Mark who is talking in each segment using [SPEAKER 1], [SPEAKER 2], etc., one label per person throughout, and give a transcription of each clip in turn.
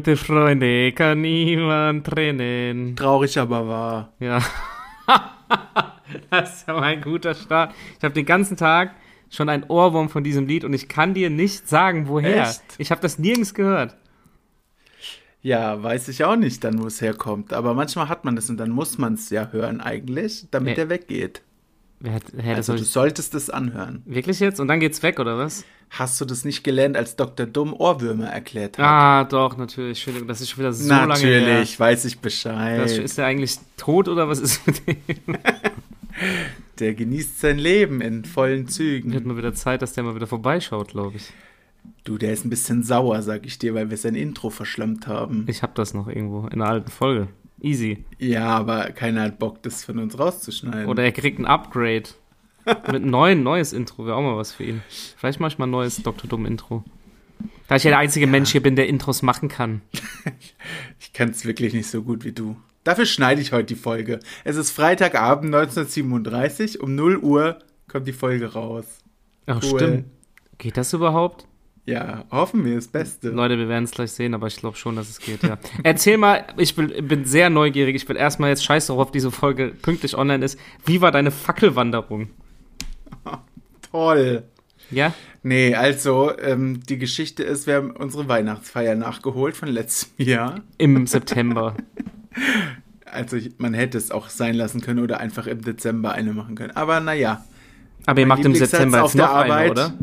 [SPEAKER 1] Gute Freunde kann niemand trennen.
[SPEAKER 2] Traurig, aber wahr.
[SPEAKER 1] Ja. das ist ja mein guter Start. Ich habe den ganzen Tag schon einen Ohrwurm von diesem Lied und ich kann dir nicht sagen, woher.
[SPEAKER 2] Echt?
[SPEAKER 1] Ich habe das nirgends gehört.
[SPEAKER 2] Ja, weiß ich auch nicht dann, wo es herkommt. Aber manchmal hat man es und dann muss man es ja hören eigentlich, damit
[SPEAKER 1] Ja.
[SPEAKER 2] er weggeht.
[SPEAKER 1] Wer hat, hä, das
[SPEAKER 2] Also
[SPEAKER 1] soll
[SPEAKER 2] du
[SPEAKER 1] ich,
[SPEAKER 2] solltest es anhören.
[SPEAKER 1] wirklich jetzt? Und dann geht's weg, oder was?
[SPEAKER 2] Hast du das nicht gelernt, als Dr. Dumm Ohrwürmer erklärt hat?
[SPEAKER 1] Ah, doch, natürlich. Entschuldigung, das ist schon wieder so lange her.
[SPEAKER 2] Natürlich, weiß ich
[SPEAKER 1] Das
[SPEAKER 2] Bescheid.
[SPEAKER 1] ist er eigentlich tot oder was ist mit dem?
[SPEAKER 2] Der genießt sein Leben in vollen
[SPEAKER 1] Wird
[SPEAKER 2] Zügen.
[SPEAKER 1] mal wieder Zeit, dass der mal wieder vorbeischaut, glaube ich.
[SPEAKER 2] Du, der ist ein bisschen sauer, sag ich dir, weil wir sein Intro verschlammt haben.
[SPEAKER 1] Ich hab das noch irgendwo in einer alten Folge. Easy.
[SPEAKER 2] Ja, aber keiner hat Bock, das von uns rauszuschneiden.
[SPEAKER 1] Oder er kriegt ein Upgrade. Mit einem neuen, neues Intro wäre auch mal was für ihn. Vielleicht mache ich mal ein neues Dr. Dumm Intro. Da ich ja der einzige Mensch hier bin, der Intros machen kann.
[SPEAKER 2] Ich kann es wirklich nicht so gut wie du. Dafür schneide ich heute die Folge. Es ist Freitagabend 1937, um 0 Uhr kommt die Folge raus.
[SPEAKER 1] Ach,
[SPEAKER 2] Cool.
[SPEAKER 1] stimmt. Geht das überhaupt?
[SPEAKER 2] Ja, hoffen wir das Beste.
[SPEAKER 1] Leute, wir werden es gleich sehen, aber ich glaube schon, dass es geht, ja. Erzähl mal, ich will, bin sehr neugierig. Ich will erstmal jetzt scheiß darauf, ob diese Folge pünktlich online ist. Wie war deine Fackelwanderung?
[SPEAKER 2] Toll.
[SPEAKER 1] Ja?
[SPEAKER 2] Nee, also, ähm, die Geschichte ist, wir haben unsere Weihnachtsfeier nachgeholt von letztem Jahr.
[SPEAKER 1] Im September.
[SPEAKER 2] Also, ich, man hätte es auch sein lassen können oder einfach im Dezember eine machen können. Aber naja.
[SPEAKER 1] Aber ihr macht im
[SPEAKER 2] Lieblingssatz
[SPEAKER 1] September
[SPEAKER 2] auf
[SPEAKER 1] jetzt
[SPEAKER 2] der
[SPEAKER 1] noch eine,
[SPEAKER 2] Arbeit.
[SPEAKER 1] oder?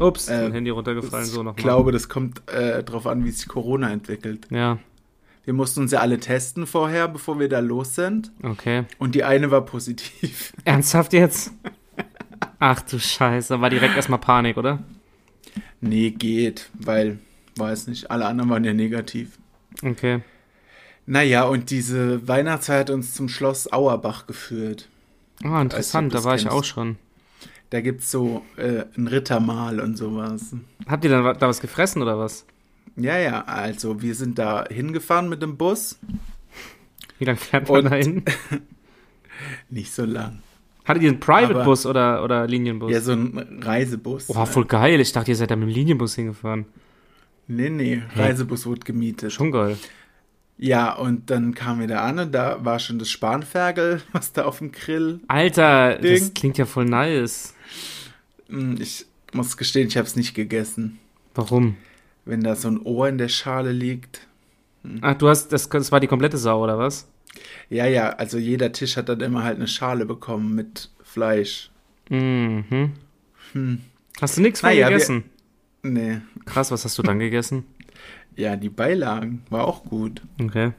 [SPEAKER 1] Ups,
[SPEAKER 2] Äh,
[SPEAKER 1] mein Handy runtergefallen, so
[SPEAKER 2] Ich
[SPEAKER 1] nochmal.
[SPEAKER 2] glaube, das kommt äh, darauf an, wie sich Corona entwickelt.
[SPEAKER 1] Ja,
[SPEAKER 2] Wir mussten uns ja alle testen vorher, bevor wir da los sind.
[SPEAKER 1] okay.
[SPEAKER 2] Und die eine war positiv.
[SPEAKER 1] Ernsthaft jetzt? Ach du Scheiße, war direkt erstmal Panik, oder?
[SPEAKER 2] Nee, geht, weil, weiß nicht, alle anderen waren ja negativ.
[SPEAKER 1] Okay.
[SPEAKER 2] Naja, und diese Weihnachtszeit hat uns zum Schloss Auerbach geführt.
[SPEAKER 1] Ah, interessant,
[SPEAKER 2] das
[SPEAKER 1] da war ich
[SPEAKER 2] kennst.
[SPEAKER 1] auch schon.
[SPEAKER 2] Da gibt's so äh, ein Rittermahl und sowas.
[SPEAKER 1] Habt ihr dann wa- da was gefressen oder was?
[SPEAKER 2] Ja, ja, also wir sind da hingefahren mit dem Bus.
[SPEAKER 1] Wie lange fährt man
[SPEAKER 2] Und-
[SPEAKER 1] da hin?
[SPEAKER 2] Nicht so lang.
[SPEAKER 1] Hattet ihr einen
[SPEAKER 2] Aber-
[SPEAKER 1] Private-Bus oder, oder Linienbus?
[SPEAKER 2] Ja, so ein Reisebus.
[SPEAKER 1] Boah, voll geil. Ich dachte, ihr seid da mit dem Linienbus hingefahren.
[SPEAKER 2] Nee, nee, Reisebus wurde gemietet.
[SPEAKER 1] Hm. Schon geil.
[SPEAKER 2] Ja, und dann kamen wir da an und da war schon das Spanferkel, was da auf dem Grill.
[SPEAKER 1] Alter, das
[SPEAKER 2] Ding.
[SPEAKER 1] klingt ja voll nice.
[SPEAKER 2] Hm, Ich muss gestehen, ich hab's nicht gegessen.
[SPEAKER 1] Warum?
[SPEAKER 2] Wenn da so ein Ohr in der Schale liegt.
[SPEAKER 1] Ach, Ah, du hast, das, das war die komplette Sau, oder was?
[SPEAKER 2] Ja, ja, also jeder Tisch hat dann immer halt eine Schale bekommen mit Fleisch.
[SPEAKER 1] Mhm. Hast du nichts von
[SPEAKER 2] Hm. Naja, wir-
[SPEAKER 1] gegessen?
[SPEAKER 2] Nee.
[SPEAKER 1] Krass, was hast du dann gegessen?
[SPEAKER 2] Ja, die Beilagen war auch gut.
[SPEAKER 1] Okay.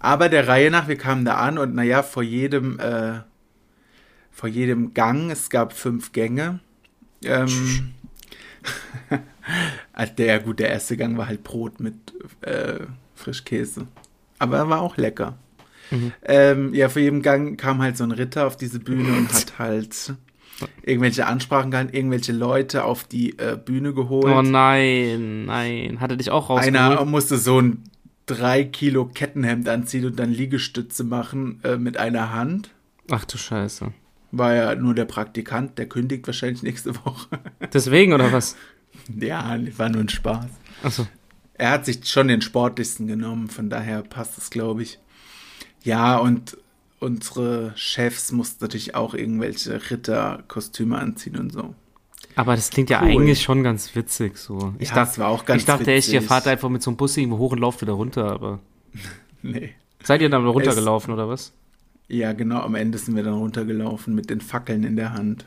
[SPEAKER 2] Aber der Reihe nach, wir kamen da an und naja, vor jedem, äh, vor jedem Gang, es gab fünf Gänge. Ähm, also der, ja gut, der erste Gang war halt Brot mit äh, Frischkäse. Aber er war auch lecker.
[SPEAKER 1] Mhm.
[SPEAKER 2] Ähm, ja, vor jedem Gang kam halt so ein Ritter auf diese Bühne und hat halt irgendwelche Ansprachen gehalten, irgendwelche Leute auf die äh, Bühne geholt.
[SPEAKER 1] Oh nein, nein. Hat er dich auch rausgeholt?
[SPEAKER 2] Einer musste so ein 3 Kilo Kettenhemd anziehen und dann Liegestütze machen äh, mit einer Hand.
[SPEAKER 1] Ach du Scheiße.
[SPEAKER 2] War ja nur der Praktikant, der kündigt wahrscheinlich nächste Woche.
[SPEAKER 1] Deswegen oder was?
[SPEAKER 2] ja, war nur ein Spaß.
[SPEAKER 1] Achso.
[SPEAKER 2] Er hat sich schon den sportlichsten genommen, von daher passt es, glaube ich. Ja, und unsere Chefs mussten natürlich auch irgendwelche Ritterkostüme anziehen und so.
[SPEAKER 1] Aber das klingt ja
[SPEAKER 2] Cool.
[SPEAKER 1] eigentlich schon ganz witzig so. Ich
[SPEAKER 2] Ja,
[SPEAKER 1] dachte,
[SPEAKER 2] es war auch ganz
[SPEAKER 1] ich dachte echt, ihr
[SPEAKER 2] witzig.
[SPEAKER 1] fahrt einfach mit so einem Bus irgendwo hoch und lauft wieder runter, aber.
[SPEAKER 2] Nee.
[SPEAKER 1] Seid ihr dann runtergelaufen oder was?
[SPEAKER 2] Ja, genau, am Ende sind wir dann runtergelaufen mit den Fackeln in der Hand.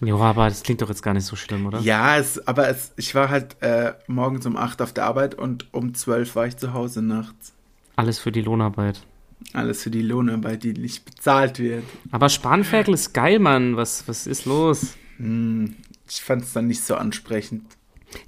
[SPEAKER 1] Ja, aber das klingt doch jetzt gar nicht so schlimm, oder?
[SPEAKER 2] Ja, es, aber es, ich war halt äh, morgens um 8 auf der Arbeit und um 12 war ich zu Hause nachts.
[SPEAKER 1] Alles für die Lohnarbeit.
[SPEAKER 2] Alles für die Lohnarbeit, die nicht bezahlt wird.
[SPEAKER 1] Aber Spanferkel ist geil, Mann. Was, was ist los?
[SPEAKER 2] Hm, ich fand es dann nicht so ansprechend.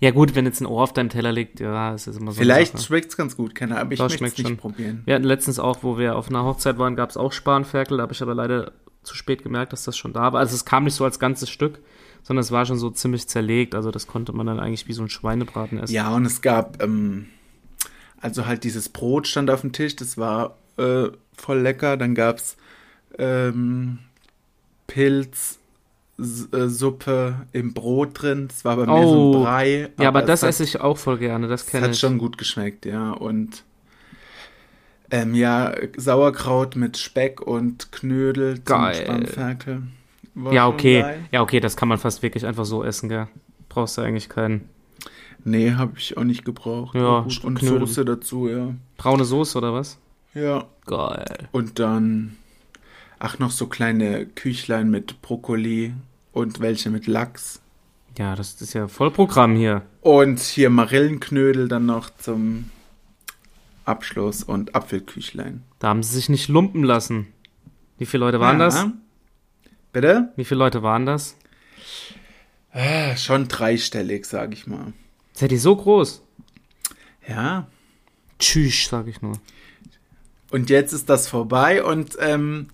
[SPEAKER 1] Ja, gut, wenn jetzt ein Ohr auf deinem Teller liegt, ja, es ist immer so. eine
[SPEAKER 2] Vielleicht
[SPEAKER 1] Sache.
[SPEAKER 2] schmeckt es ganz gut, keine Ahnung, aber ich
[SPEAKER 1] Doch,
[SPEAKER 2] möchte es
[SPEAKER 1] schmeckt
[SPEAKER 2] nicht
[SPEAKER 1] schon.
[SPEAKER 2] probieren.
[SPEAKER 1] Wir hatten letztens auch, wo wir auf einer Hochzeit waren, gab es auch Spanferkel. Da habe ich aber leider zu spät gemerkt, dass das schon da war. Also es kam nicht so als ganzes Stück, sondern es war schon so ziemlich zerlegt. Also das konnte man dann eigentlich wie so ein Schweinebraten essen.
[SPEAKER 2] Ja, und es gab, ähm, also halt dieses Brot stand auf dem Tisch, das war äh, voll lecker. Dann gab es ähm, Pilz, Suppe im Brot drin. Es war bei mir so ein
[SPEAKER 1] Oh.
[SPEAKER 2] Brei.
[SPEAKER 1] Ja, aber das
[SPEAKER 2] es hat-
[SPEAKER 1] esse ich auch voll gerne, das
[SPEAKER 2] Es
[SPEAKER 1] kenne
[SPEAKER 2] hat
[SPEAKER 1] ich.
[SPEAKER 2] schon gut geschmeckt, ja. Und ähm, ja, Sauerkraut mit Speck und Knödel
[SPEAKER 1] Geil.
[SPEAKER 2] zum Spanferkel. War
[SPEAKER 1] Ja,
[SPEAKER 2] schon
[SPEAKER 1] okay.
[SPEAKER 2] geil.
[SPEAKER 1] Ja, okay, das kann man fast wirklich einfach so essen, gell? Brauchst du eigentlich keinen.
[SPEAKER 2] Nee, habe ich auch nicht gebraucht.
[SPEAKER 1] Ja,
[SPEAKER 2] War gut.
[SPEAKER 1] Stück
[SPEAKER 2] und
[SPEAKER 1] Knödel.
[SPEAKER 2] Soße dazu, ja.
[SPEAKER 1] Braune Soße oder was?
[SPEAKER 2] Ja.
[SPEAKER 1] Geil.
[SPEAKER 2] Und dann, ach, noch so kleine Küchlein mit Brokkoli und welche mit Lachs.
[SPEAKER 1] Ja, das ist ja voll Programm hier.
[SPEAKER 2] Und hier Marillenknödel dann noch zum Abschluss und Apfelküchlein.
[SPEAKER 1] Da haben sie sich nicht lumpen lassen. Wie viele Leute waren
[SPEAKER 2] Ja.
[SPEAKER 1] das?
[SPEAKER 2] Bitte?
[SPEAKER 1] Wie viele Leute waren das?
[SPEAKER 2] Ja, schon dreistellig, sag ich mal.
[SPEAKER 1] Seid ihr so groß?
[SPEAKER 2] Ja.
[SPEAKER 1] Tschüss, sag ich nur.
[SPEAKER 2] Und jetzt ist das vorbei und ähm,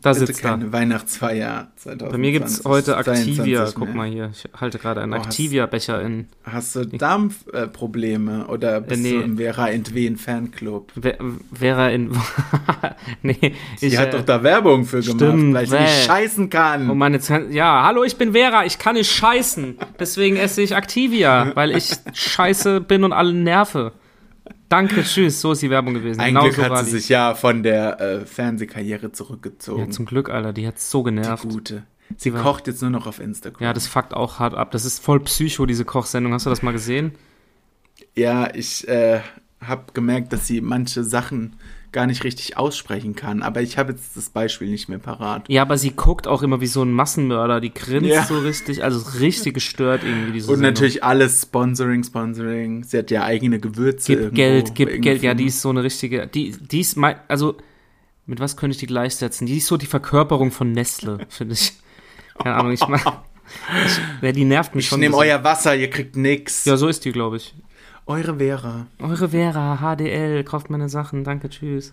[SPEAKER 1] Da
[SPEAKER 2] bitte
[SPEAKER 1] sitzt er.
[SPEAKER 2] keine Weihnachtsfeier 2020.
[SPEAKER 1] Bei mir gibt es heute Activia.
[SPEAKER 2] 22
[SPEAKER 1] Guck
[SPEAKER 2] mehr.
[SPEAKER 1] mal hier. Ich halte gerade einen
[SPEAKER 2] ne? Oh, hast-
[SPEAKER 1] Activia-Becher in.
[SPEAKER 2] Hast du Darmprobleme äh, Probleme oder bist
[SPEAKER 1] Äh, nee.
[SPEAKER 2] du im Vera Entwen Fanclub?
[SPEAKER 1] Wer- Vera in. nee,
[SPEAKER 2] Die
[SPEAKER 1] ich.
[SPEAKER 2] hat
[SPEAKER 1] äh,
[SPEAKER 2] doch da Werbung für gemacht,
[SPEAKER 1] stimmt,
[SPEAKER 2] weil sie
[SPEAKER 1] weil-
[SPEAKER 2] nicht scheißen kann.
[SPEAKER 1] Oh Mann, jetzt kann, ja, hallo, ich bin Vera, ich kann nicht scheißen. Deswegen esse ich Activia, weil ich scheiße bin und alle nerve. Danke, tschüss, so ist die Werbung gewesen.
[SPEAKER 2] Ein
[SPEAKER 1] Genau
[SPEAKER 2] Glück
[SPEAKER 1] so
[SPEAKER 2] hat
[SPEAKER 1] war
[SPEAKER 2] sie
[SPEAKER 1] die.
[SPEAKER 2] sich ja von der äh, Fernsehkarriere zurückgezogen.
[SPEAKER 1] Ja, zum Glück, Alter, die hat so genervt.
[SPEAKER 2] die gute. Sie
[SPEAKER 1] Ja.
[SPEAKER 2] kocht jetzt nur noch auf Instagram.
[SPEAKER 1] Ja, das fuckt auch hart ab. Das ist voll Psycho, diese Kochsendung. Hast du das mal gesehen?
[SPEAKER 2] Ja, ich äh, habe gemerkt, dass sie manche Sachen gar nicht richtig aussprechen kann. Aber ich habe jetzt das Beispiel nicht mehr parat.
[SPEAKER 1] Ja, aber sie guckt auch immer wie so ein Massenmörder. Die grinst
[SPEAKER 2] Ja.
[SPEAKER 1] so richtig, also ist richtig gestört irgendwie diese
[SPEAKER 2] Und
[SPEAKER 1] Sendung.
[SPEAKER 2] natürlich alles Sponsoring, Sponsoring. Sie hat ja eigene Gewürze.
[SPEAKER 1] Gib
[SPEAKER 2] irgendwo
[SPEAKER 1] Geld,
[SPEAKER 2] bei
[SPEAKER 1] gib Geld. Ja,
[SPEAKER 2] irgendeinem-
[SPEAKER 1] die ist so eine richtige. Die, die ist mein, also mit was könnte ich die gleichsetzen? Die ist so die Verkörperung von Nestle, finde ich. Keine Ahnung, ich meine, ich, ja, die nervt mich
[SPEAKER 2] Ich
[SPEAKER 1] schon.
[SPEAKER 2] nehme
[SPEAKER 1] ein bisschen.
[SPEAKER 2] euer Wasser, ihr kriegt nix.
[SPEAKER 1] ja, so ist die, glaube ich.
[SPEAKER 2] Eure Vera.
[SPEAKER 1] Eure Vera, HDL, kauft meine Sachen, danke, tschüss.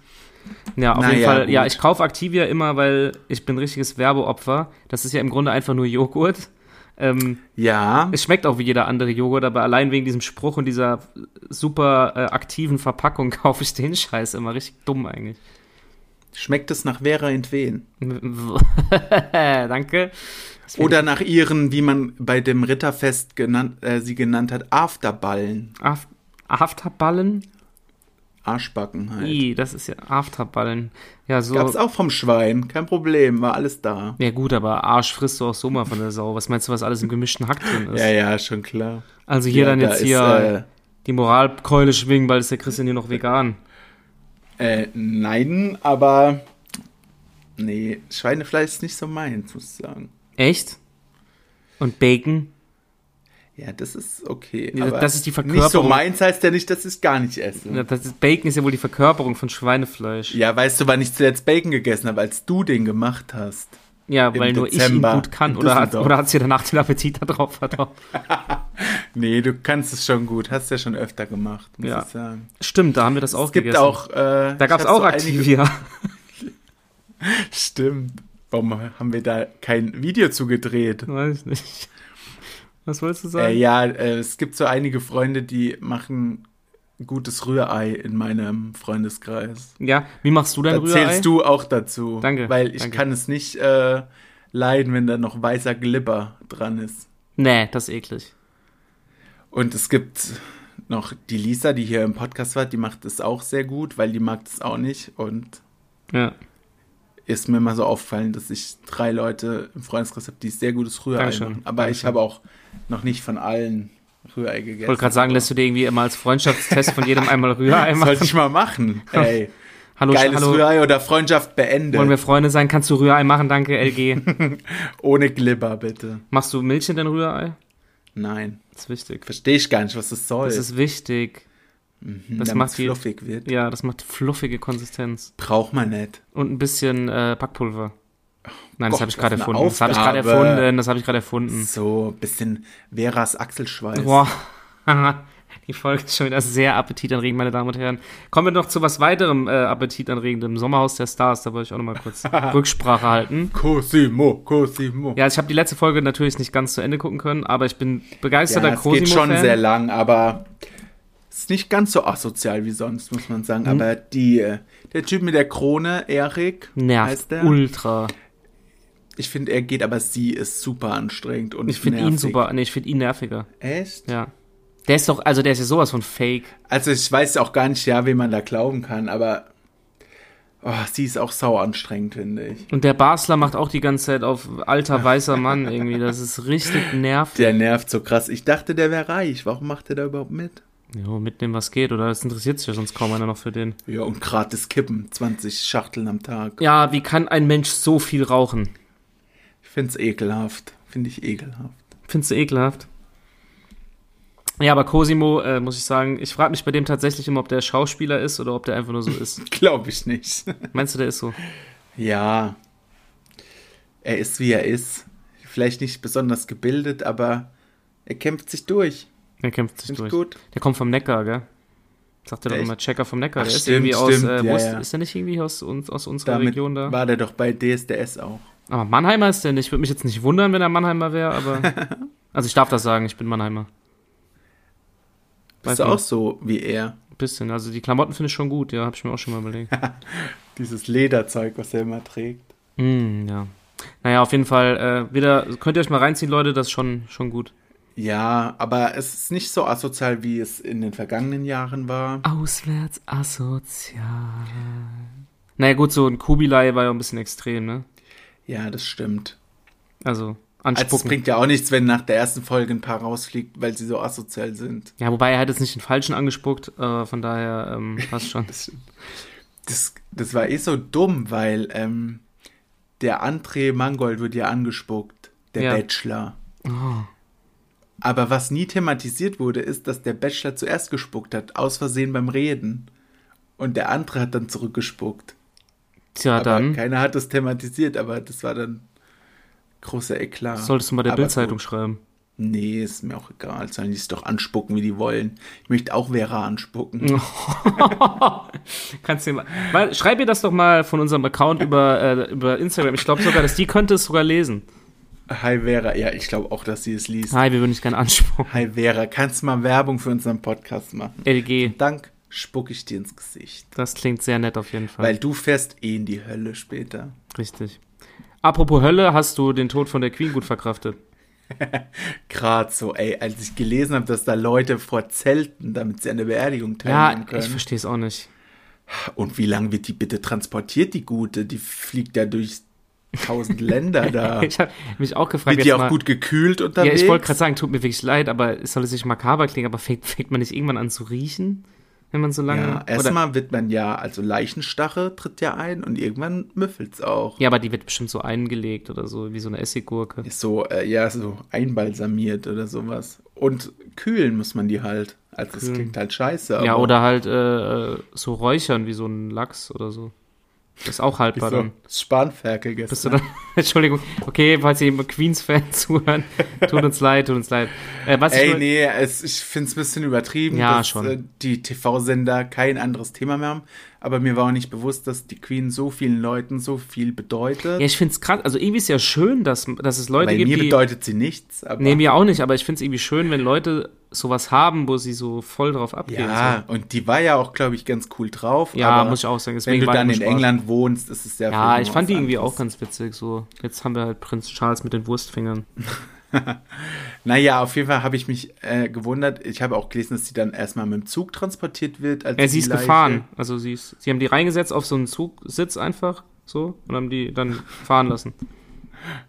[SPEAKER 1] Ja, auf
[SPEAKER 2] Na
[SPEAKER 1] jeden
[SPEAKER 2] ja,
[SPEAKER 1] Fall. Ja,
[SPEAKER 2] gut.
[SPEAKER 1] ich kaufe Activia immer, weil ich bin ein richtiges Werbeopfer. Das ist ja im Grunde einfach nur Joghurt. Ähm,
[SPEAKER 2] Ja,
[SPEAKER 1] es schmeckt auch wie jeder andere Joghurt, aber allein wegen diesem Spruch und dieser super äh, aktiven Verpackung kaufe ich den Scheiß immer. Richtig dumm eigentlich.
[SPEAKER 2] schmeckt es nach Vera Entwen?
[SPEAKER 1] Danke.
[SPEAKER 2] Oder nach ihren, wie man bei dem Ritterfest genannt, äh, sie genannt hat, Afterballen.
[SPEAKER 1] Af Afterballen?
[SPEAKER 2] Arschbacken halt.
[SPEAKER 1] I, das ist ja Afterballen. Ja, so.
[SPEAKER 2] Gab's auch vom Schwein, kein Problem, war alles da.
[SPEAKER 1] Ja, gut, aber Arsch frisst du auch so mal von der Sau. Was meinst du, was alles im gemischten Hack drin ist?
[SPEAKER 2] Ja, ja, schon klar.
[SPEAKER 1] Also hier
[SPEAKER 2] ja,
[SPEAKER 1] dann
[SPEAKER 2] da
[SPEAKER 1] jetzt
[SPEAKER 2] ist,
[SPEAKER 1] hier die Moralkeule schwingen, weil ist der Christian hier noch vegan.
[SPEAKER 2] Äh, äh, nein, aber nee, Schweinefleisch ist nicht so meins, muss ich sagen.
[SPEAKER 1] Echt? Und Bacon?
[SPEAKER 2] Ja, das ist okay.
[SPEAKER 1] Ja,
[SPEAKER 2] aber
[SPEAKER 1] das ist die
[SPEAKER 2] Nicht so
[SPEAKER 1] Verkörperung.
[SPEAKER 2] meins heißt ja nicht, dass ich es gar nicht esse.
[SPEAKER 1] Ja,
[SPEAKER 2] Ja.
[SPEAKER 1] Das ist, Bacon ist ja wohl die Verkörperung von Schweinefleisch.
[SPEAKER 2] weißt du, wann ich zuletzt Bacon gegessen habe, als du den gemacht hast?
[SPEAKER 1] Ja,
[SPEAKER 2] Im
[SPEAKER 1] weil nur
[SPEAKER 2] Dezember
[SPEAKER 1] ich ihn gut kann.
[SPEAKER 2] in
[SPEAKER 1] Oder hat,
[SPEAKER 2] Düsseldorf.
[SPEAKER 1] oder hat sie danach den Appetit darauf vertraut?
[SPEAKER 2] Nee, du kannst es schon gut, hast ja schon öfter gemacht, muss
[SPEAKER 1] Ja.
[SPEAKER 2] ich sagen.
[SPEAKER 1] Stimmt, da haben wir das auch
[SPEAKER 2] es gibt
[SPEAKER 1] gegessen.
[SPEAKER 2] auch. Äh,
[SPEAKER 1] da gab es auch Activia.
[SPEAKER 2] Stimmt. Warum haben wir da kein Video zugedreht?
[SPEAKER 1] Weiß ich nicht. Was wolltest du
[SPEAKER 2] Äh,
[SPEAKER 1] sagen?
[SPEAKER 2] ja, äh, es gibt so einige Freunde, die machen gutes Rührei in meinem Freundeskreis.
[SPEAKER 1] ja. wie machst du dein
[SPEAKER 2] Da
[SPEAKER 1] Rührei?
[SPEAKER 2] zählst du auch dazu.
[SPEAKER 1] Danke,
[SPEAKER 2] Weil ich
[SPEAKER 1] danke.
[SPEAKER 2] kann es nicht äh, leiden, wenn da noch weißer Glibber dran ist.
[SPEAKER 1] Nee, das ist eklig.
[SPEAKER 2] Und es gibt noch die Lisa, die hier im Podcast war, die macht es auch sehr gut, weil die mag es auch nicht. Und
[SPEAKER 1] Ja,
[SPEAKER 2] ist mir mal so aufgefallen, dass ich drei Leute im Freundeskreis habe, die sehr gutes Rührei
[SPEAKER 1] Dankeschön,
[SPEAKER 2] machen. Aber ich
[SPEAKER 1] Dankeschön.
[SPEAKER 2] habe auch noch nicht von allen Rührei gegessen.
[SPEAKER 1] ich wollte gerade sagen, lässt du dir irgendwie immer als Freundschaftstest von jedem einmal Rührei machen?
[SPEAKER 2] Sollte ich mal machen. Ey,
[SPEAKER 1] Hallo,
[SPEAKER 2] geiles
[SPEAKER 1] hallo,
[SPEAKER 2] Rührei oder Freundschaft beendet.
[SPEAKER 1] wollen wir Freunde sein? Kannst du Rührei machen? Danke, LG.
[SPEAKER 2] Ohne Glibber, bitte.
[SPEAKER 1] Machst du Milch in dein Rührei?
[SPEAKER 2] Nein.
[SPEAKER 1] Das ist wichtig.
[SPEAKER 2] Verstehe ich gar nicht, was das soll.
[SPEAKER 1] Das ist wichtig.
[SPEAKER 2] Äh. Mhm,
[SPEAKER 1] das
[SPEAKER 2] damit's
[SPEAKER 1] macht die-
[SPEAKER 2] fluffig wird.
[SPEAKER 1] Ja, das macht fluffige Konsistenz.
[SPEAKER 2] Braucht man nicht.
[SPEAKER 1] Und ein bisschen äh, Backpulver. Nein, das
[SPEAKER 2] Gott,
[SPEAKER 1] habe ich gerade
[SPEAKER 2] was eine
[SPEAKER 1] erfunden. Das habe ich gerade
[SPEAKER 2] Aufgabe.
[SPEAKER 1] erfunden. Das habe ich gerade erfunden.
[SPEAKER 2] So, bisschen Veras Achselschweiß.
[SPEAKER 1] Boah. Die Folge ist schon wieder sehr appetitanregend, meine Damen und Herren. Kommen wir noch zu was weiterem äh, appetitanregendem. Sommerhaus der Stars, da wollte ich auch nochmal kurz Rücksprache halten.
[SPEAKER 2] Cosimo, Cosimo.
[SPEAKER 1] Ja, ich habe die letzte Folge natürlich nicht ganz zu Ende gucken können, aber ich bin
[SPEAKER 2] Ja,
[SPEAKER 1] begeisterter
[SPEAKER 2] es geht schon
[SPEAKER 1] Cosimo-Fan.
[SPEAKER 2] sehr lang, aber ist nicht ganz so asozial wie sonst, muss man sagen.
[SPEAKER 1] Hm.
[SPEAKER 2] Aber die, äh, der Typ mit der Krone, Erik,
[SPEAKER 1] Nervt
[SPEAKER 2] heißt der,
[SPEAKER 1] ultra.
[SPEAKER 2] Ich finde, er geht, aber sie ist super anstrengend und
[SPEAKER 1] Ich finde ihn
[SPEAKER 2] nervig.
[SPEAKER 1] super, nee, ich finde ihn nerviger.
[SPEAKER 2] Echt?
[SPEAKER 1] Ja. Der ist doch, also der ist ja sowas von fake.
[SPEAKER 2] Also ich weiß auch gar nicht, ja, wem man da glauben kann, aber oh, sie ist auch sau anstrengend, finde ich.
[SPEAKER 1] Und der Basler macht auch die ganze Zeit auf alter weißer Mann irgendwie. Das ist richtig nervig.
[SPEAKER 2] Der nervt so krass. Ich dachte, der wäre reich. Warum macht er da überhaupt mit?
[SPEAKER 1] Jo, mitnehmen, was geht, oder? Das interessiert sich ja sonst kaum einer noch für den.
[SPEAKER 2] Ja, und gratis Kippen, 20 Schachteln am Tag.
[SPEAKER 1] Ja, wie kann ein Mensch so viel rauchen?
[SPEAKER 2] Ich find's ekelhaft. Finde ich ekelhaft.
[SPEAKER 1] Findest du ekelhaft? Ja, aber Cosimo, äh, muss ich sagen, ich frage mich bei dem tatsächlich immer, ob der Schauspieler ist oder ob der einfach nur so ist.
[SPEAKER 2] Glaube ich nicht.
[SPEAKER 1] Meinst du, der ist so?
[SPEAKER 2] ja. Er ist wie er ist. Vielleicht nicht besonders gebildet, aber er kämpft sich durch.
[SPEAKER 1] Der kämpft sich
[SPEAKER 2] Finde
[SPEAKER 1] durch.
[SPEAKER 2] ich gut.
[SPEAKER 1] Der kommt vom Neckar, gell? Sagt er doch
[SPEAKER 2] Der
[SPEAKER 1] immer, Checker vom Neckar.
[SPEAKER 2] Ach,
[SPEAKER 1] der
[SPEAKER 2] stimmt,
[SPEAKER 1] ist irgendwie
[SPEAKER 2] stimmt,
[SPEAKER 1] aus, äh,
[SPEAKER 2] ja,
[SPEAKER 1] wo ist,
[SPEAKER 2] ja.
[SPEAKER 1] ist der nicht irgendwie aus, uns- aus unserer
[SPEAKER 2] Damit
[SPEAKER 1] Region da?
[SPEAKER 2] war der doch bei DSDS auch.
[SPEAKER 1] Aber Mannheimer ist der nicht. Ich würde mich jetzt nicht wundern, wenn er Mannheimer wäre, aber. Also ich darf das sagen, ich bin Mannheimer. Weiß
[SPEAKER 2] Bist du
[SPEAKER 1] nicht.
[SPEAKER 2] auch so wie er?
[SPEAKER 1] Ein bisschen. Also die Klamotten finde ich schon gut, ja, habe ich mir auch schon mal überlegt.
[SPEAKER 2] Dieses Lederzeug, was er immer trägt.
[SPEAKER 1] Hm, ja. Naja, auf jeden Fall, äh, wieder, könnt ihr euch mal reinziehen, Leute, das ist schon, schon gut.
[SPEAKER 2] Ja, aber es ist nicht so asozial, wie es in den vergangenen Jahren war.
[SPEAKER 1] Auswärts asozial. Naja, gut, so ein Kubilai war ja ein bisschen extrem, ne?
[SPEAKER 2] Ja, das stimmt.
[SPEAKER 1] Also,
[SPEAKER 2] Also es
[SPEAKER 1] anspucken.
[SPEAKER 2] bringt ja auch nichts, wenn nach der ersten Folge ein paar rausfliegt, weil sie so asozial sind.
[SPEAKER 1] ja, wobei er hat jetzt nicht den Falschen angespuckt, äh, von daher ähm, passt schon.
[SPEAKER 2] Das, das, das war eh so dumm, weil ähm, der André Mangold wird ja angespuckt, der
[SPEAKER 1] Ja.
[SPEAKER 2] Bachelor.
[SPEAKER 1] Oh.
[SPEAKER 2] Aber was nie thematisiert wurde, ist, dass der Bachelor zuerst gespuckt hat, aus Versehen beim Reden. Und der andere hat dann zurückgespuckt.
[SPEAKER 1] Tja,
[SPEAKER 2] Aber
[SPEAKER 1] dann
[SPEAKER 2] keiner hat das thematisiert, aber das war dann großer Eklat.
[SPEAKER 1] solltest du mal der
[SPEAKER 2] Aber
[SPEAKER 1] Bildzeitung
[SPEAKER 2] gut.
[SPEAKER 1] schreiben.
[SPEAKER 2] Nee, ist mir auch egal. Sollen die es doch anspucken, wie die wollen. Ich möchte auch Vera anspucken.
[SPEAKER 1] Kannst du mal, mal, schreib ihr das doch mal von unserem Account über, äh, über Instagram. Ich glaube sogar, dass die könnte es sogar lesen.
[SPEAKER 2] Hi Vera. Ja, ich glaube auch, dass sie es liest.
[SPEAKER 1] Hi, wir würden dich gerne anspucken.
[SPEAKER 2] Hi Vera, kannst du mal Werbung für unseren Podcast machen?
[SPEAKER 1] LG,
[SPEAKER 2] Dank spucke ich dir ins Gesicht.
[SPEAKER 1] das klingt sehr nett auf jeden Fall.
[SPEAKER 2] Weil du fährst eh in die Hölle später.
[SPEAKER 1] Richtig. Apropos Hölle, hast du den Tod von der Queen gut verkraftet?
[SPEAKER 2] Gerade so, ey, als ich gelesen habe, dass da Leute vor Zelten, damit sie an der Beerdigung
[SPEAKER 1] Ja,
[SPEAKER 2] teilnehmen
[SPEAKER 1] ich
[SPEAKER 2] können.
[SPEAKER 1] verstehe es auch nicht.
[SPEAKER 2] Und wie lange wird die bitte transportiert, die gute? Die fliegt ja durch tausend Länder da.
[SPEAKER 1] Ich habe mich auch gefragt, jetzt
[SPEAKER 2] Wird die auch
[SPEAKER 1] mal,
[SPEAKER 2] gut gekühlt
[SPEAKER 1] ja,
[SPEAKER 2] unterwegs?
[SPEAKER 1] ich wollte gerade sagen, tut mir wirklich leid, aber es soll jetzt nicht makaber klingen, aber fängt, fängt man nicht irgendwann an zu riechen, wenn man so lange.
[SPEAKER 2] Ja,
[SPEAKER 1] oder,
[SPEAKER 2] erstmal wird man ja, also Leichenstache tritt ja ein und irgendwann müffelt's auch.
[SPEAKER 1] ja, aber die wird bestimmt so eingelegt oder so, wie so eine Essiggurke.
[SPEAKER 2] Ist so, äh, ja, so einbalsamiert oder sowas. Und kühlen muss man die halt. Also das
[SPEAKER 1] Kühlen.
[SPEAKER 2] klingt halt scheiße.
[SPEAKER 1] Ja,
[SPEAKER 2] aber
[SPEAKER 1] oder halt äh, äh, so räuchern wie so ein Lachs oder so. Das ist auch
[SPEAKER 2] wie
[SPEAKER 1] haltbar
[SPEAKER 2] So
[SPEAKER 1] dann.
[SPEAKER 2] Spanferkel
[SPEAKER 1] Bist du
[SPEAKER 2] gestern.
[SPEAKER 1] dann, Entschuldigung, okay, falls ihr Queens-Fan zuhören, tut uns leid, tut uns leid. Äh, was ich
[SPEAKER 2] Ey,
[SPEAKER 1] nur-
[SPEAKER 2] nee, es, ich find's ein bisschen übertrieben,
[SPEAKER 1] Ja,
[SPEAKER 2] dass
[SPEAKER 1] schon.
[SPEAKER 2] Äh, die TV-Sender kein anderes Thema mehr haben. Aber mir war auch nicht bewusst, dass die Queen so vielen Leuten so viel bedeutet.
[SPEAKER 1] Ja, ich find's krass. Also irgendwie ist ja schön, dass, dass es Leute
[SPEAKER 2] Bei
[SPEAKER 1] gibt,
[SPEAKER 2] mir
[SPEAKER 1] die.
[SPEAKER 2] bedeutet sie nichts. Aber
[SPEAKER 1] Nee, mir auch nicht, aber ich find's irgendwie schön, wenn Leute sowas haben, wo sie so voll drauf abgehen.
[SPEAKER 2] ja, und die war ja auch, glaube ich, ganz cool drauf.
[SPEAKER 1] so. ja
[SPEAKER 2] aber
[SPEAKER 1] muss ich auch sagen.
[SPEAKER 2] Wenn
[SPEAKER 1] Deswegen
[SPEAKER 2] du
[SPEAKER 1] war
[SPEAKER 2] dann
[SPEAKER 1] nur
[SPEAKER 2] in
[SPEAKER 1] Spaß.
[SPEAKER 2] England wohnst, ist es ja
[SPEAKER 1] Ja,
[SPEAKER 2] vielleicht
[SPEAKER 1] ich
[SPEAKER 2] noch
[SPEAKER 1] fand die
[SPEAKER 2] was
[SPEAKER 1] irgendwie
[SPEAKER 2] anderes.
[SPEAKER 1] auch ganz witzig. So, jetzt haben wir halt Prinz Charles mit den Wurstfingern.
[SPEAKER 2] Naja, auf jeden Fall habe ich mich äh, gewundert. Ich habe auch gelesen, dass sie dann erstmal mit dem Zug transportiert wird. Als
[SPEAKER 1] Ja, Äh, sie
[SPEAKER 2] die
[SPEAKER 1] ist
[SPEAKER 2] Leiche.
[SPEAKER 1] gefahren. Also sie ist, sie haben die reingesetzt auf so einen Zugsitz einfach so und haben die dann fahren lassen.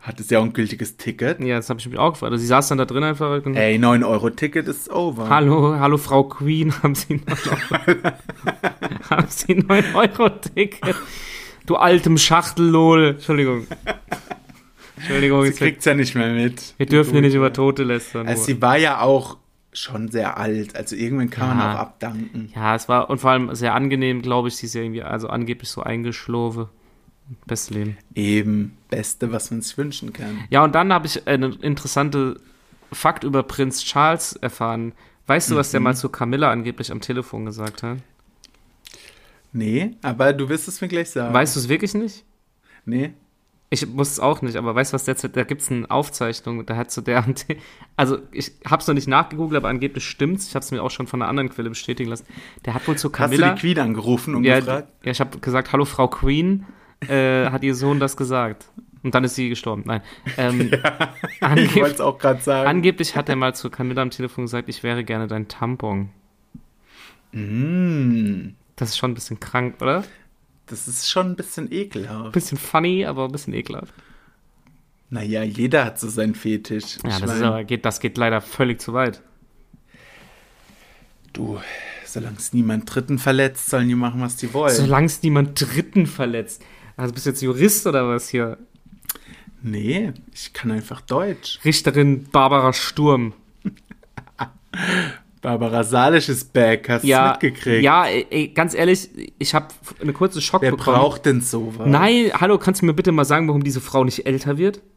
[SPEAKER 2] Hat es ja auch ein gültiges Ticket.
[SPEAKER 1] Ja, das habe ich mich auch gefragt. Also sie saß dann da drin einfach. Und,
[SPEAKER 2] Ey, 9-Euro-Ticket ist over.
[SPEAKER 1] Hallo, hallo Frau Queen, haben Sie noch, haben Sie 9 Euro Ticket? Du altem Schachtellohel. Entschuldigung. Entschuldigung,
[SPEAKER 2] Sie
[SPEAKER 1] jetzt, wir,
[SPEAKER 2] kriegt's ja nicht mehr mit.
[SPEAKER 1] wir dürfen hier nicht über Tote lästern.
[SPEAKER 2] Also
[SPEAKER 1] nur.
[SPEAKER 2] sie war ja auch schon sehr alt. Also irgendwann kann man
[SPEAKER 1] Ja.
[SPEAKER 2] auch abdanken.
[SPEAKER 1] ja, es war und vor allem sehr angenehm, glaube ich, sie ist ja irgendwie also angeblich so eingeschlurfe. Bestes Leben.
[SPEAKER 2] Eben, Beste, was man sich wünschen kann.
[SPEAKER 1] Ja, und dann habe ich einen interessanten Fakt über Prinz Charles erfahren. Weißt du, was
[SPEAKER 2] Mhm.
[SPEAKER 1] der mal zu Camilla angeblich am Telefon gesagt hat?
[SPEAKER 2] Nee, aber du wirst es mir gleich sagen.
[SPEAKER 1] Weißt du es wirklich nicht?
[SPEAKER 2] Nee.
[SPEAKER 1] Ich muss es auch nicht, aber weißt du was, derzeit, da gibt's eine Aufzeichnung, da hat so der, also ich hab's noch nicht nachgegoogelt, aber angeblich stimmt's, ich hab's mir auch schon von einer anderen Quelle bestätigen lassen. Der hat wohl zu Camilla,
[SPEAKER 2] Hast du die Queen angerufen und
[SPEAKER 1] ja,
[SPEAKER 2] gefragt?
[SPEAKER 1] ja, ich habe gesagt, hallo Frau Queen, äh, hat ihr Sohn das gesagt. Und dann ist sie gestorben. Nein. Ähm,
[SPEAKER 2] Ja, ich
[SPEAKER 1] angeb-
[SPEAKER 2] wollte es auch gerade sagen.
[SPEAKER 1] angeblich hat er mal zu Camilla am Telefon gesagt, ich wäre gerne dein Tampon.
[SPEAKER 2] Mm,
[SPEAKER 1] Das ist schon ein bisschen krank, oder?
[SPEAKER 2] das ist schon ein bisschen ekelhaft.
[SPEAKER 1] Bisschen funny, aber ein bisschen ekelhaft.
[SPEAKER 2] Naja, jeder hat so seinen Fetisch.
[SPEAKER 1] Ja,
[SPEAKER 2] Ich
[SPEAKER 1] das, ist
[SPEAKER 2] mein,
[SPEAKER 1] aber, geht, das geht leider völlig zu weit.
[SPEAKER 2] Du, solange es niemand Dritten verletzt, sollen die machen, was die wollen.
[SPEAKER 1] Solange es niemand Dritten verletzt. Also bist du jetzt Jurist oder was hier?
[SPEAKER 2] nee, ich kann einfach Deutsch.
[SPEAKER 1] Richterin Barbara Sturm.
[SPEAKER 2] Barbara Salisch ist back, hast du mitgekriegt?
[SPEAKER 1] Ja, ey, ey, ganz ehrlich, ich habe eine kurze Schock
[SPEAKER 2] Wer
[SPEAKER 1] bekommen.
[SPEAKER 2] braucht denn sowas?
[SPEAKER 1] Nein, hallo, kannst du mir bitte mal sagen, warum diese Frau nicht älter wird?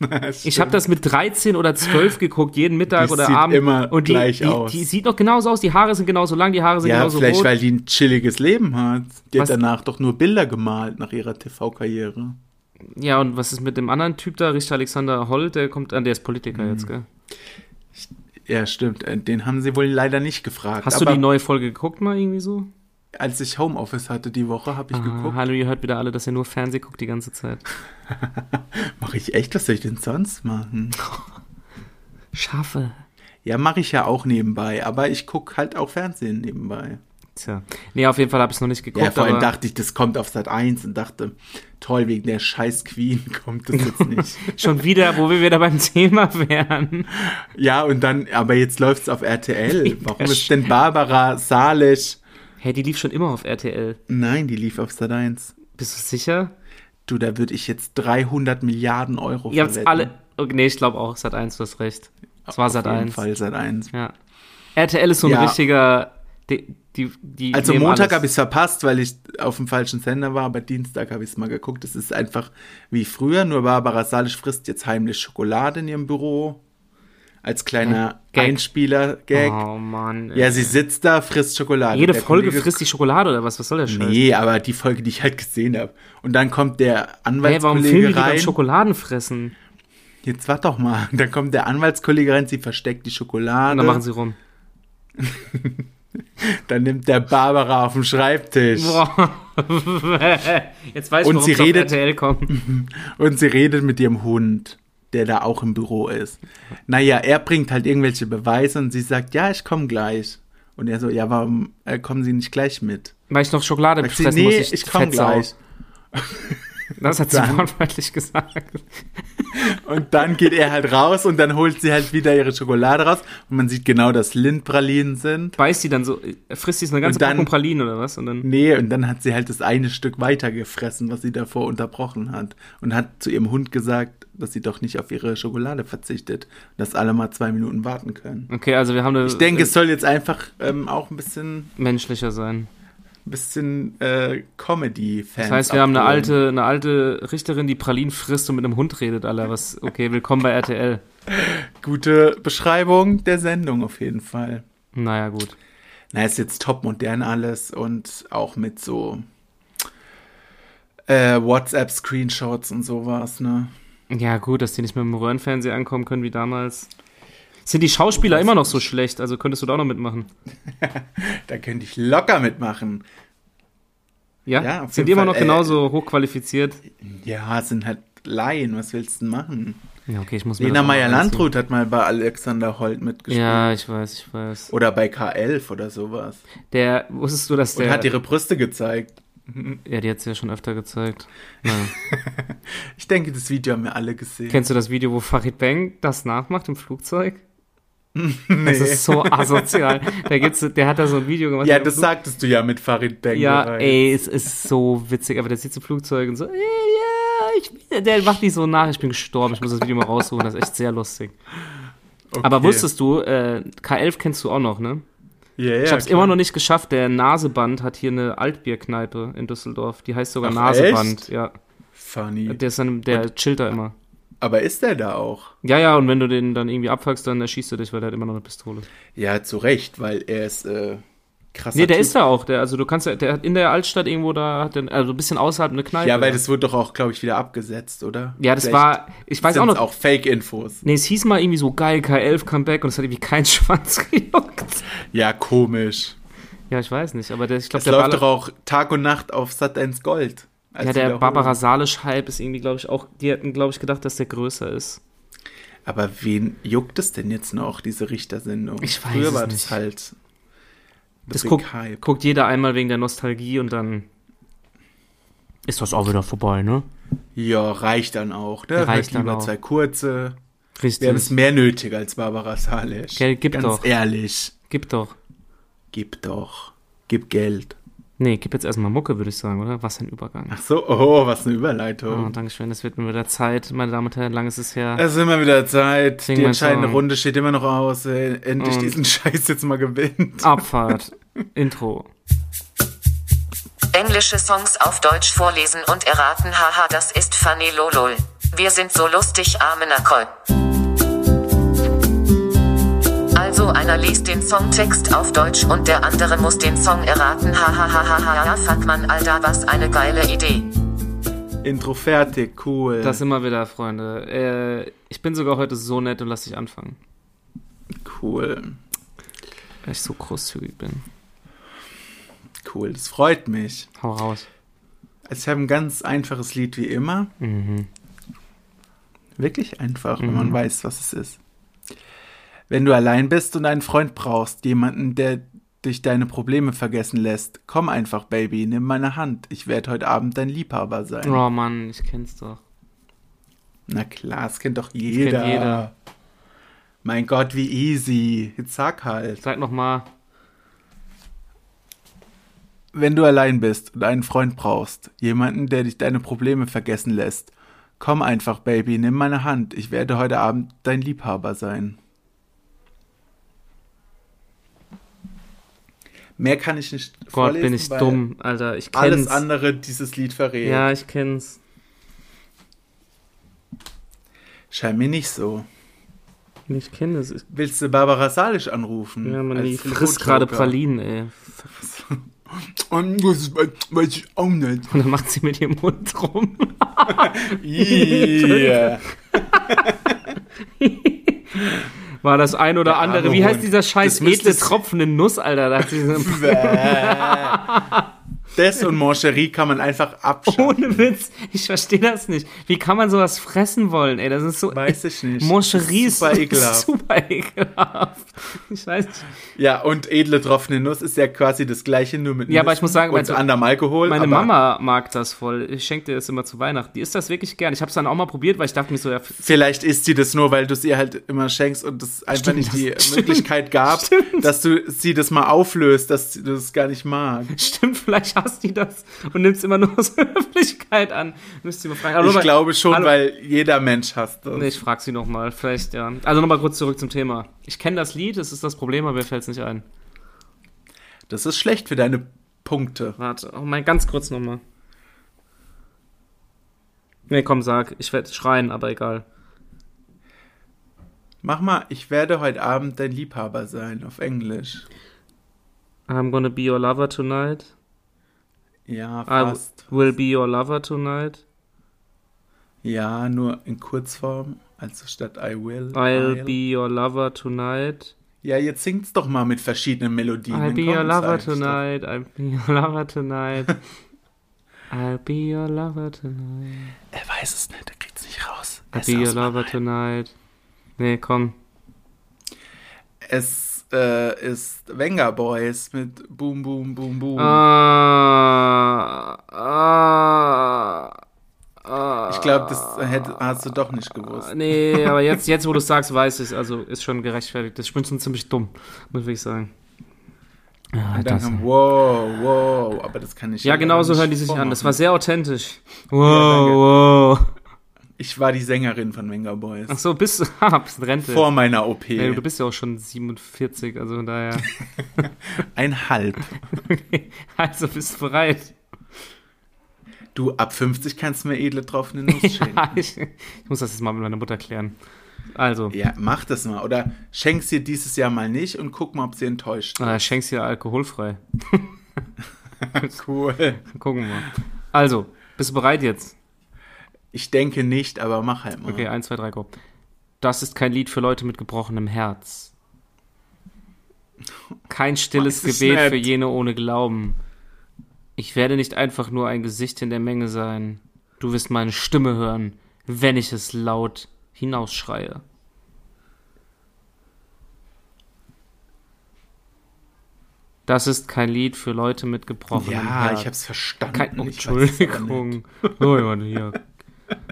[SPEAKER 1] Ich habe
[SPEAKER 2] Stimmt.
[SPEAKER 1] das mit 13 oder 12 geguckt, jeden Mittag
[SPEAKER 2] Die
[SPEAKER 1] oder
[SPEAKER 2] sieht
[SPEAKER 1] Abend.
[SPEAKER 2] immer
[SPEAKER 1] und die,
[SPEAKER 2] gleich
[SPEAKER 1] die,
[SPEAKER 2] aus.
[SPEAKER 1] die sieht noch genauso aus, die Haare sind genauso lang, die Haare sind
[SPEAKER 2] Ja,
[SPEAKER 1] genauso
[SPEAKER 2] vielleicht,
[SPEAKER 1] rot.
[SPEAKER 2] weil die ein chilliges Leben hat. Die
[SPEAKER 1] Was-
[SPEAKER 2] hat danach doch nur Bilder gemalt nach ihrer TV-Karriere.
[SPEAKER 1] Ja, und was ist mit dem anderen Typ da, Richter Alexander Holl, der kommt an, der ist Politiker
[SPEAKER 2] Mhm.
[SPEAKER 1] jetzt, gell?
[SPEAKER 2] Ja, stimmt. Äh, Den haben sie wohl leider nicht gefragt.
[SPEAKER 1] Hast
[SPEAKER 2] Aber
[SPEAKER 1] du die neue Folge geguckt mal irgendwie so?
[SPEAKER 2] als ich Homeoffice hatte die Woche, habe ich
[SPEAKER 1] Ah,
[SPEAKER 2] geguckt.
[SPEAKER 1] hallo, ihr hört wieder alle, dass ihr nur Fernseh guckt die ganze Zeit.
[SPEAKER 2] Mache ich echt? Was soll ich denn sonst machen?
[SPEAKER 1] Schafe.
[SPEAKER 2] Ja, mache ich ja auch nebenbei, aber ich gucke halt auch Fernsehen nebenbei.
[SPEAKER 1] Tja. Nee, auf jeden Fall habe ich es noch nicht geguckt.
[SPEAKER 2] Ja, vor allem
[SPEAKER 1] aber
[SPEAKER 2] dachte ich, das kommt auf Sat 1 und dachte, toll, wegen der scheiß Queen kommt das jetzt nicht.
[SPEAKER 1] schon wieder, wo wir wieder beim Thema wären.
[SPEAKER 2] ja, und dann, aber jetzt läuft's auf RTL. Warum
[SPEAKER 1] der
[SPEAKER 2] ist denn Barbara Salisch?
[SPEAKER 1] Hey, die lief schon immer auf RTL.
[SPEAKER 2] Nein, die lief auf Sat 1.
[SPEAKER 1] Bist du sicher?
[SPEAKER 2] Du, da würde ich jetzt 300 Milliarden Euro
[SPEAKER 1] Ihr habt's
[SPEAKER 2] verwetten.
[SPEAKER 1] alle. Oh, nee, ich glaube auch, Sat 1, du hast recht. Es war
[SPEAKER 2] Auf
[SPEAKER 1] Sat
[SPEAKER 2] jeden
[SPEAKER 1] 1.
[SPEAKER 2] Fall Sat 1.
[SPEAKER 1] Ja. RTL ist so ein
[SPEAKER 2] Ja.
[SPEAKER 1] richtiger. Die, die, die
[SPEAKER 2] Also
[SPEAKER 1] nehmen
[SPEAKER 2] Montag
[SPEAKER 1] alles.
[SPEAKER 2] habe ich es verpasst, weil ich auf dem falschen Sender war, aber Dienstag habe ich es mal geguckt. Es ist einfach wie früher, nur Barbara Salisch frisst jetzt heimlich Schokolade in ihrem Büro. Als kleiner
[SPEAKER 1] Gag.
[SPEAKER 2] Einspieler-Gag.
[SPEAKER 1] Oh Mann. ey.
[SPEAKER 2] Ja, sie sitzt da, frisst Schokolade.
[SPEAKER 1] Jede
[SPEAKER 2] Der
[SPEAKER 1] Folge
[SPEAKER 2] Kollege-
[SPEAKER 1] frisst die Schokolade oder was? Was soll der Scheiß?
[SPEAKER 2] Nee, aber die Folge, die ich halt gesehen habe. Und dann kommt der
[SPEAKER 1] Hey, warum filmen die
[SPEAKER 2] Anwaltskollege
[SPEAKER 1] dann
[SPEAKER 2] rein.
[SPEAKER 1] Schokoladen fressen?
[SPEAKER 2] Jetzt warte doch mal. Dann kommt der Anwaltskollege rein, sie versteckt die Schokolade.
[SPEAKER 1] Und dann machen sie rum.
[SPEAKER 2] Dann nimmt der Barbara auf den Schreibtisch.
[SPEAKER 1] Boah. Jetzt weiß ich,
[SPEAKER 2] Und
[SPEAKER 1] warum
[SPEAKER 2] sie
[SPEAKER 1] sie auf
[SPEAKER 2] redet-
[SPEAKER 1] RTL kommen.
[SPEAKER 2] Und sie redet mit ihrem Hund, der da auch im Büro ist. Naja, er bringt halt irgendwelche Beweise und sie sagt, ja, ich komme gleich. Und er so, ja, warum äh, kommen Sie nicht gleich mit?
[SPEAKER 1] Weil ich noch Schokolade
[SPEAKER 2] Sagt sie,
[SPEAKER 1] fressen
[SPEAKER 2] nee,
[SPEAKER 1] muss.
[SPEAKER 2] ich, komme
[SPEAKER 1] Fettsau.
[SPEAKER 2] gleich.
[SPEAKER 1] Das hat sie
[SPEAKER 2] Dann-
[SPEAKER 1] wortwörtlich gesagt.
[SPEAKER 2] Und dann geht er halt raus und dann holt sie halt wieder ihre Schokolade raus und man sieht genau, dass Lindpralinen sind.
[SPEAKER 1] Beißt sie dann so, äh, frisst sie so eine ganze
[SPEAKER 2] Und dann-
[SPEAKER 1] Packung Pralinen oder was? Und dann,
[SPEAKER 2] Nee, und dann hat sie halt das eine Stück weitergefressen, was sie davor unterbrochen hat. Und hat zu ihrem Hund gesagt, dass sie doch nicht auf ihre Schokolade verzichtet. Dass alle mal zwei Minuten warten können.
[SPEAKER 1] okay, also wir haben eine
[SPEAKER 2] Ich denke, es soll jetzt einfach ähm, auch ein bisschen,
[SPEAKER 1] menschlicher sein.
[SPEAKER 2] ein bisschen äh, Comedy-Fans.
[SPEAKER 1] Das heißt, wir haben eine alte, eine alte Richterin, die Pralinen frisst und mit einem Hund redet, Alter. Was, okay, willkommen bei RTL.
[SPEAKER 2] Gute Beschreibung der Sendung auf jeden Fall.
[SPEAKER 1] Naja, gut.
[SPEAKER 2] Na, ist jetzt top modern alles und auch mit so äh, WhatsApp-Screenshots und sowas, ne?
[SPEAKER 1] Ja, gut, dass die nicht mehr im Röhrenfernseher ankommen können wie damals. Sind die Schauspieler immer noch so schlecht? Also könntest du da auch noch mitmachen.
[SPEAKER 2] Da könnte ich locker mitmachen.
[SPEAKER 1] Ja?
[SPEAKER 2] Ja, auf
[SPEAKER 1] Sind
[SPEAKER 2] jeden
[SPEAKER 1] die immer
[SPEAKER 2] Fall,
[SPEAKER 1] noch
[SPEAKER 2] äh,
[SPEAKER 1] genauso hochqualifiziert?
[SPEAKER 2] Ja, sind halt Laien, was willst du denn machen?
[SPEAKER 1] Ja, okay, ich muss mir
[SPEAKER 2] Lena
[SPEAKER 1] das auch mal reinziehen.
[SPEAKER 2] Meyer-Landrut hat mal bei Alexander Holt mitgespielt.
[SPEAKER 1] Ja, ich weiß, ich weiß.
[SPEAKER 2] Oder bei K11 oder sowas.
[SPEAKER 1] Der, wusstest du, dass
[SPEAKER 2] Und
[SPEAKER 1] der.
[SPEAKER 2] hat ihre Brüste gezeigt.
[SPEAKER 1] ja, die hat es ja schon öfter gezeigt. Naja.
[SPEAKER 2] Ich denke, das Video haben wir alle gesehen.
[SPEAKER 1] Kennst du das Video, wo Farid Bang das nachmacht im Flugzeug? Das ist so asozial. Der, gibt's, der hat da so ein Video gemacht.
[SPEAKER 2] ja,
[SPEAKER 1] im
[SPEAKER 2] das
[SPEAKER 1] Flug-
[SPEAKER 2] sagtest du ja mit Farid Bang.
[SPEAKER 1] Ja,
[SPEAKER 2] bereits.
[SPEAKER 1] ey, es ist so witzig. Aber der sitzt im Flugzeug und so, ey, ja, ich, der macht nicht so nach, ich bin gestorben. Ich muss das Video mal raussuchen, das ist echt sehr lustig.
[SPEAKER 2] Okay.
[SPEAKER 1] Aber wusstest du, äh, K11 kennst du auch noch, ne?
[SPEAKER 2] Ja, ja,
[SPEAKER 1] Ich hab's
[SPEAKER 2] klar.
[SPEAKER 1] immer noch nicht geschafft. Der Naseband hat hier eine Altbierkneipe in Düsseldorf. Die heißt sogar
[SPEAKER 2] Ach,
[SPEAKER 1] Naseband.
[SPEAKER 2] echt?
[SPEAKER 1] Ja,
[SPEAKER 2] Funny.
[SPEAKER 1] der, ist dann, der chillt da immer.
[SPEAKER 2] Aber ist der da auch?
[SPEAKER 1] Ja, ja, und wenn du den dann irgendwie abfuckst, dann erschießt er dich, weil der hat immer noch eine Pistole.
[SPEAKER 2] Ja, zu Recht, weil er ist äh, krasser
[SPEAKER 1] Nee, der
[SPEAKER 2] Typ.
[SPEAKER 1] ist da auch. Der, also du kannst, ja- der hat in der Altstadt irgendwo da, hat der, also ein bisschen außerhalb eine Kneipe.
[SPEAKER 2] Ja, weil das wurde doch auch, glaube ich, wieder abgesetzt, oder?
[SPEAKER 1] ja, das
[SPEAKER 2] Vielleicht
[SPEAKER 1] war, ich weiß auch
[SPEAKER 2] sind's
[SPEAKER 1] noch,
[SPEAKER 2] auch Fake-Infos.
[SPEAKER 1] nee, es hieß mal irgendwie so geil, K11 Comeback und es hat irgendwie keinen Schwanz gejuckt.
[SPEAKER 2] Ja, komisch.
[SPEAKER 1] Ja, ich weiß nicht, aber der, ich glaube,
[SPEAKER 2] Das
[SPEAKER 1] der
[SPEAKER 2] läuft
[SPEAKER 1] Baller,
[SPEAKER 2] doch auch Tag und Nacht auf Sat1 Gold.
[SPEAKER 1] ja, der Barbara Salisch-Hype ist irgendwie, glaube ich, auch, die hätten, glaube ich, gedacht, dass der größer ist.
[SPEAKER 2] Aber wen juckt es denn jetzt noch, diese Richtersendung?
[SPEAKER 1] Ich weiß
[SPEAKER 2] Früher
[SPEAKER 1] es
[SPEAKER 2] war
[SPEAKER 1] nicht.
[SPEAKER 2] das halt the
[SPEAKER 1] Das
[SPEAKER 2] big
[SPEAKER 1] guckt,
[SPEAKER 2] Hype.
[SPEAKER 1] guckt jeder einmal wegen der Nostalgie und dann ist das auch wieder vorbei, ne?
[SPEAKER 2] Ja, reicht dann auch. Ne?
[SPEAKER 1] Reicht
[SPEAKER 2] Reicht
[SPEAKER 1] dann
[SPEAKER 2] lieber
[SPEAKER 1] auch.
[SPEAKER 2] zwei kurze. Wir haben es
[SPEAKER 1] Richtig.
[SPEAKER 2] mehr nötig als Barbara Salisch.
[SPEAKER 1] Gell, gib
[SPEAKER 2] Ganz
[SPEAKER 1] doch.
[SPEAKER 2] ehrlich,
[SPEAKER 1] Gib doch.
[SPEAKER 2] gib doch. Gib Geld.
[SPEAKER 1] Nee, gib jetzt erstmal Mucke, würde ich sagen, oder? Was ein Übergang.
[SPEAKER 2] Ach so, oh, was eine
[SPEAKER 1] Oh,
[SPEAKER 2] Überleitung.
[SPEAKER 1] Dankeschön, das wird mir wieder Zeit. Meine Damen und Herren, lang ist es her.
[SPEAKER 2] Es ist immer wieder Zeit.
[SPEAKER 1] Sing
[SPEAKER 2] Die
[SPEAKER 1] mein
[SPEAKER 2] entscheidende
[SPEAKER 1] Song.
[SPEAKER 2] Runde steht immer noch aus. Ey, Endlich
[SPEAKER 1] Und-
[SPEAKER 2] diesen Scheiß jetzt mal gewinnt.
[SPEAKER 1] Abfahrt. Intro.
[SPEAKER 3] Englische Songs auf Deutsch vorlesen und erraten. Haha, das ist funny lolol. Wir sind so lustig, arme Nacol. Also einer liest den Songtext auf Deutsch und der andere muss den Song erraten. Hahaha, fuck man, Alter, was eine geile Idee.
[SPEAKER 2] Intro fertig, cool.
[SPEAKER 1] Das immer wieder, Freunde. Äh, ich bin sogar heute so nett und lass dich anfangen,
[SPEAKER 2] cool.
[SPEAKER 1] weil ich so großzügig bin.
[SPEAKER 2] Cool, das freut mich.
[SPEAKER 1] Hau raus.
[SPEAKER 2] Also ich habe ein ganz einfaches Lied wie immer. Mhm. Wirklich einfach, wenn man weiß, was es ist. Wenn du allein bist und einen Freund brauchst, jemanden, der dich deine Probleme vergessen lässt, komm einfach, Baby, nimm meine Hand. Ich werde heute Abend dein Liebhaber sein.
[SPEAKER 1] Oh Mann, ich kenn's doch.
[SPEAKER 2] Na klar, das kennt doch jeder.
[SPEAKER 1] jeder.
[SPEAKER 2] Mein Gott, wie easy. Jetzt sag halt.
[SPEAKER 1] Sag nochmal.
[SPEAKER 2] Wenn du allein bist und einen Freund brauchst, jemanden, der dich deine Probleme vergessen lässt, komm einfach, Baby, nimm meine Hand. Ich werde heute Abend dein Liebhaber sein. Mehr kann ich nicht
[SPEAKER 1] Gott,
[SPEAKER 2] vorlesen,
[SPEAKER 1] bin ich
[SPEAKER 2] weil
[SPEAKER 1] dumm, Alter. Ich kenn's.
[SPEAKER 2] Alles andere dieses Lied verrät.
[SPEAKER 1] Ja, ich kenn's.
[SPEAKER 2] Scheint mir nicht so.
[SPEAKER 1] Ich kenn es. Ich,
[SPEAKER 2] Willst du Barbara Salisch anrufen?
[SPEAKER 1] ja, man,
[SPEAKER 2] Als
[SPEAKER 1] die frisst gerade
[SPEAKER 2] Telefonjoker?
[SPEAKER 1] Pralinen, ey.
[SPEAKER 2] Und das weiß- weiß ich auch nicht.
[SPEAKER 1] Und dann macht sie mit ihrem Mund rum.
[SPEAKER 2] Yeah.
[SPEAKER 1] War das ein oder
[SPEAKER 2] Der arme
[SPEAKER 1] andere. Wie heißt
[SPEAKER 2] Hund.
[SPEAKER 1] dieser scheiß
[SPEAKER 2] Das müsste-
[SPEAKER 1] edle tropfende Nuss, Alter? Da hat sie so
[SPEAKER 2] das und Mancherie kann man einfach abschaffen.
[SPEAKER 1] ohne Witz. Ich verstehe das nicht. Wie kann man sowas fressen wollen, ey? Das ist so.
[SPEAKER 2] Weiß ich nicht.
[SPEAKER 1] Moncherie ist
[SPEAKER 2] Super ekelhaft.
[SPEAKER 1] super ekelhaft. Ich weiß nicht.
[SPEAKER 2] Ja, und edle troffene Nuss ist ja quasi das gleiche, nur mit
[SPEAKER 1] Ja, aber ich muss sagen,
[SPEAKER 2] und
[SPEAKER 1] mein-
[SPEAKER 2] anderem Alkohol.
[SPEAKER 1] Meine
[SPEAKER 2] aber
[SPEAKER 1] Mama mag das voll. Ich schenke dir das immer zu Weihnachten. Die isst das wirklich gern. Ich habe es dann auch mal probiert, weil ich dachte mir so, ja, f-
[SPEAKER 2] Vielleicht isst sie das nur, weil du es ihr halt immer schenkst und es einfach
[SPEAKER 1] Stimmt,
[SPEAKER 2] nicht die
[SPEAKER 1] das- stimmt,
[SPEAKER 2] Möglichkeit gab,
[SPEAKER 1] stimmt.
[SPEAKER 2] dass du sie das mal auflöst, dass sie das gar nicht mag.
[SPEAKER 1] stimmt, vielleicht hasst die das und nimmt es immer nur aus Höflichkeit an. Müsst ihr mal fragen. Aber
[SPEAKER 2] ich
[SPEAKER 1] nochmal-
[SPEAKER 2] glaube schon,
[SPEAKER 1] Hallo.
[SPEAKER 2] weil jeder Mensch hasst das.
[SPEAKER 1] Nee, ich frage sie nochmal. Vielleicht, ja. Also nochmal kurz zurück zum Thema. Ich kenne das Lied, es ist das Problem, aber mir fällt es nicht ein.
[SPEAKER 2] Das ist schlecht für deine Punkte.
[SPEAKER 1] Warte, oh mein, ganz kurz nochmal. Nee, komm, sag. Ich werde schreien, aber egal.
[SPEAKER 2] Mach mal, ich werde heute Abend dein Liebhaber sein, auf Englisch.
[SPEAKER 1] I'm gonna be your lover tonight.
[SPEAKER 2] Ja,
[SPEAKER 1] I
[SPEAKER 2] fast.
[SPEAKER 1] will be your lover tonight.
[SPEAKER 2] Ja, nur in Kurzform. Also statt I will.
[SPEAKER 1] I'll be your lover tonight.
[SPEAKER 2] Ja, jetzt singt's doch mal mit verschiedenen Melodien.
[SPEAKER 1] I'll
[SPEAKER 2] dann
[SPEAKER 1] be your
[SPEAKER 2] kommt's
[SPEAKER 1] lover
[SPEAKER 2] eigentlich doch.
[SPEAKER 1] tonight. I'll be your lover tonight. I'll be your lover tonight.
[SPEAKER 2] Er weiß es nicht, er kriegt's nicht raus. Er
[SPEAKER 1] I'll be your
[SPEAKER 2] saß mal
[SPEAKER 1] lover
[SPEAKER 2] rein.
[SPEAKER 1] tonight. Nee, komm.
[SPEAKER 2] Es äh, ist Venga Boys mit Boom Boom Boom Boom.
[SPEAKER 1] Ah, ah, ah.
[SPEAKER 2] ich glaube, das hätte, hast du doch nicht gewusst.
[SPEAKER 1] Nee, aber jetzt, jetzt wo du es sagst, weiß ich Also ist schon gerechtfertigt. Das ist schon ziemlich dumm, muss ich wirklich sagen. Ah, Ja,
[SPEAKER 2] Und dann kam, wow, wow, aber das kann ich
[SPEAKER 1] ja, genau so
[SPEAKER 2] nicht
[SPEAKER 1] hören die sich an.
[SPEAKER 2] vormachen.
[SPEAKER 1] Das war sehr authentisch.
[SPEAKER 2] danke.
[SPEAKER 1] Wow, wow.
[SPEAKER 2] ich war die Sängerin von Venga Boys.
[SPEAKER 1] Ach so, bist du ah, bist in Rente.
[SPEAKER 2] Vor meiner OP.
[SPEAKER 1] Ey, du bist ja auch schon 47, also von daher.
[SPEAKER 2] Ein Halb.
[SPEAKER 1] also bist du bereit.
[SPEAKER 2] Du, ab 50 kannst du mir edle drauf eine Nuss schenken.
[SPEAKER 1] ich, ich muss das jetzt mal mit meiner Mutter klären. Also,
[SPEAKER 2] Ja, mach das mal. Oder schenk's dir dieses Jahr mal nicht und guck mal, ob sie enttäuscht.
[SPEAKER 1] äh, schenkst dir alkoholfrei.
[SPEAKER 2] Cool.
[SPEAKER 1] Gucken wir mal. Also, bist du bereit jetzt?
[SPEAKER 2] Ich denke nicht, aber mach halt mal.
[SPEAKER 1] Okay, 1, 2, 3, go. Das ist kein Lied für Leute mit gebrochenem Herz. Kein stilles
[SPEAKER 2] Mann, Oh, ist das
[SPEAKER 1] Gebet
[SPEAKER 2] nett.
[SPEAKER 1] für jene ohne Glauben. Ich werde nicht einfach nur ein Gesicht in der Menge sein. Du wirst meine Stimme hören, wenn ich es laut hinausschreie. Das ist kein Lied für Leute mit gebrochenem
[SPEAKER 2] Ja,
[SPEAKER 1] Herz.
[SPEAKER 2] ich hab's verstanden.
[SPEAKER 1] Kein, oh,
[SPEAKER 2] ich weiß es Hm, aber nicht.
[SPEAKER 1] Entschuldigung. Oh, ja, hier.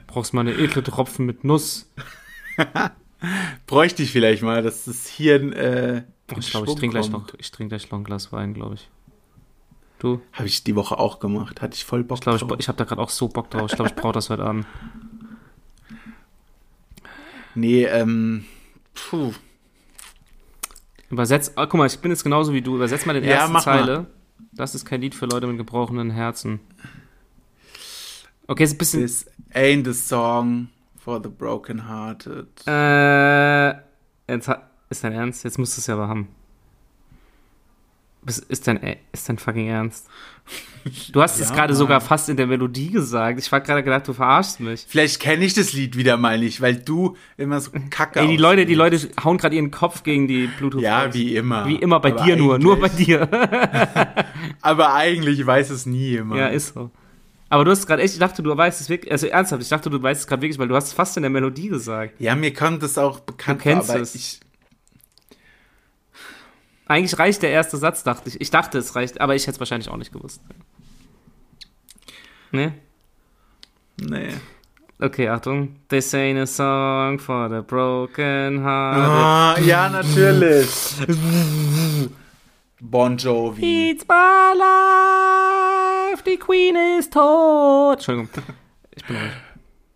[SPEAKER 1] Brauchst mal eine edle Tropfen mit Nuss.
[SPEAKER 2] Bräuchte ich vielleicht mal, dass das Hirn. Äh,
[SPEAKER 1] Ich glaube, ich
[SPEAKER 2] Schwung
[SPEAKER 1] trinke gleich,
[SPEAKER 2] kommt.
[SPEAKER 1] noch- ich trink gleich noch ein Glas Wein, glaube ich. Du?
[SPEAKER 2] Habe ich die Woche auch gemacht. Hatte ich voll Bock
[SPEAKER 1] Ich glaube, ich,
[SPEAKER 2] drauf.
[SPEAKER 1] bra- ich habe da gerade auch so Bock drauf. Ich glaube, ich brauche das heute Abend.
[SPEAKER 2] nee, ähm. Puh.
[SPEAKER 1] Übersetz, ah, guck mal, ich bin jetzt genauso wie du. Übersetz mal den
[SPEAKER 2] Ja,
[SPEAKER 1] ersten
[SPEAKER 2] mach mal.
[SPEAKER 1] Zeile. Das ist kein Lied für Leute mit gebrochenen Herzen. Okay, ist ein bisschen.
[SPEAKER 2] This ain't a song for the broken hearted.
[SPEAKER 1] Äh, jetzt, ha- ist dein Ernst? Jetzt musst du es ja aber haben. Ist, ist, dein, E- ist dein fucking Ernst? Du hast es
[SPEAKER 2] Ja,
[SPEAKER 1] gerade
[SPEAKER 2] Mann.
[SPEAKER 1] sogar fast in der Melodie gesagt. Ich war gerade gedacht, du verarschst mich.
[SPEAKER 2] Vielleicht kenne ich das Lied wieder mal nicht, weil du immer so kacke
[SPEAKER 1] Ey, die
[SPEAKER 2] aussiehst.
[SPEAKER 1] Leute, die Leute hauen gerade ihren Kopf gegen die Bluetooth.
[SPEAKER 2] Ja,
[SPEAKER 1] aus.
[SPEAKER 2] wie immer.
[SPEAKER 1] Wie immer bei
[SPEAKER 2] Aber
[SPEAKER 1] dir nur, nur bei
[SPEAKER 2] eigentlich-
[SPEAKER 1] dir.
[SPEAKER 2] Aber eigentlich weiß es nie jemand.
[SPEAKER 1] Ja, ist so. Aber du hast gerade echt, ich dachte, du weißt es wirklich, also ernsthaft, ich dachte, du weißt es gerade wirklich, weil du hast es fast in der Melodie gesagt.
[SPEAKER 2] Ja, mir kommt das auch bekannt
[SPEAKER 1] Du kennst
[SPEAKER 2] vor, aber
[SPEAKER 1] es.
[SPEAKER 2] ich
[SPEAKER 1] Eigentlich reicht der erste Satz, dachte ich. Ich dachte, es reicht, aber ich hätte es wahrscheinlich auch nicht gewusst. Ne?
[SPEAKER 2] nee.
[SPEAKER 1] Okay, Achtung. This ain't a song for the broken heart.
[SPEAKER 2] Ah, ja, natürlich. Bon Jovi.
[SPEAKER 1] It's my life, die Queen ist tot. Entschuldigung. Ich bin ruhig.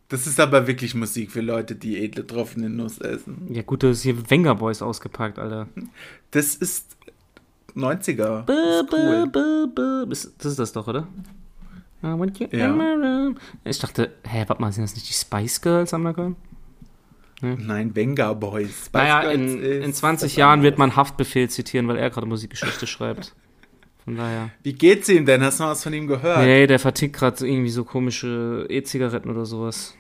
[SPEAKER 2] Das ist aber wirklich Musik für Leute, die edle troffene Nuss essen.
[SPEAKER 1] Ja, gut, das ist hier Wenger Boys ausgepackt, Alter.
[SPEAKER 2] Das ist 90er.
[SPEAKER 1] Buh,
[SPEAKER 2] Das ist cool.
[SPEAKER 1] buh, buh, buh. Ist- Das ist das doch, oder? I want you
[SPEAKER 2] Ja.
[SPEAKER 1] in my room. Ich dachte, hä, warte mal, sind das nicht die Spice Girls am Nacken?
[SPEAKER 2] Nein, Venga Boys. Spice
[SPEAKER 1] Naja,
[SPEAKER 2] Girls
[SPEAKER 1] in,
[SPEAKER 2] ist-
[SPEAKER 1] in 20 Jahren wird man Haftbefehl zitieren, weil er gerade Musikgeschichte schreibt. Von daher.
[SPEAKER 2] Wie geht's ihm denn? Hast du mal was von ihm gehört?
[SPEAKER 1] Nee, der vertickt gerade so irgendwie so komische E-Zigaretten oder sowas.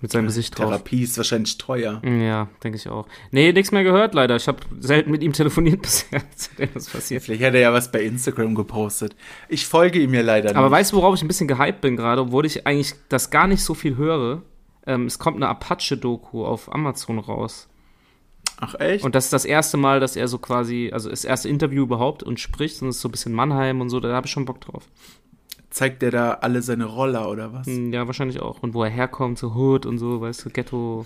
[SPEAKER 1] Mit seinem Gesicht drauf.
[SPEAKER 2] Therapie ist wahrscheinlich teuer.
[SPEAKER 1] Ja, denke ich auch. Nee, nichts mehr gehört leider. Ich habe selten mit ihm telefoniert bisher, seitdem das passiert.
[SPEAKER 2] Vielleicht hat er ja was bei Instagram gepostet. Ich folge ihm ja leider
[SPEAKER 1] Aber
[SPEAKER 2] nicht.
[SPEAKER 1] weißt du, worauf ich ein bisschen gehypt bin gerade, obwohl ich eigentlich das gar nicht so viel höre? Ähm, es kommt eine Apache-Doku auf Amazon raus.
[SPEAKER 2] Ach echt?
[SPEAKER 1] Und das ist das erste Mal, dass er so quasi, also das erste Interview überhaupt und spricht und es ist so ein bisschen Mannheim und so, da habe ich schon Bock drauf.
[SPEAKER 2] Zeigt er da alle seine Roller oder was?
[SPEAKER 1] Hm, Ja, wahrscheinlich auch. Und wo er herkommt, so Hood und so, weißt du, Ghetto.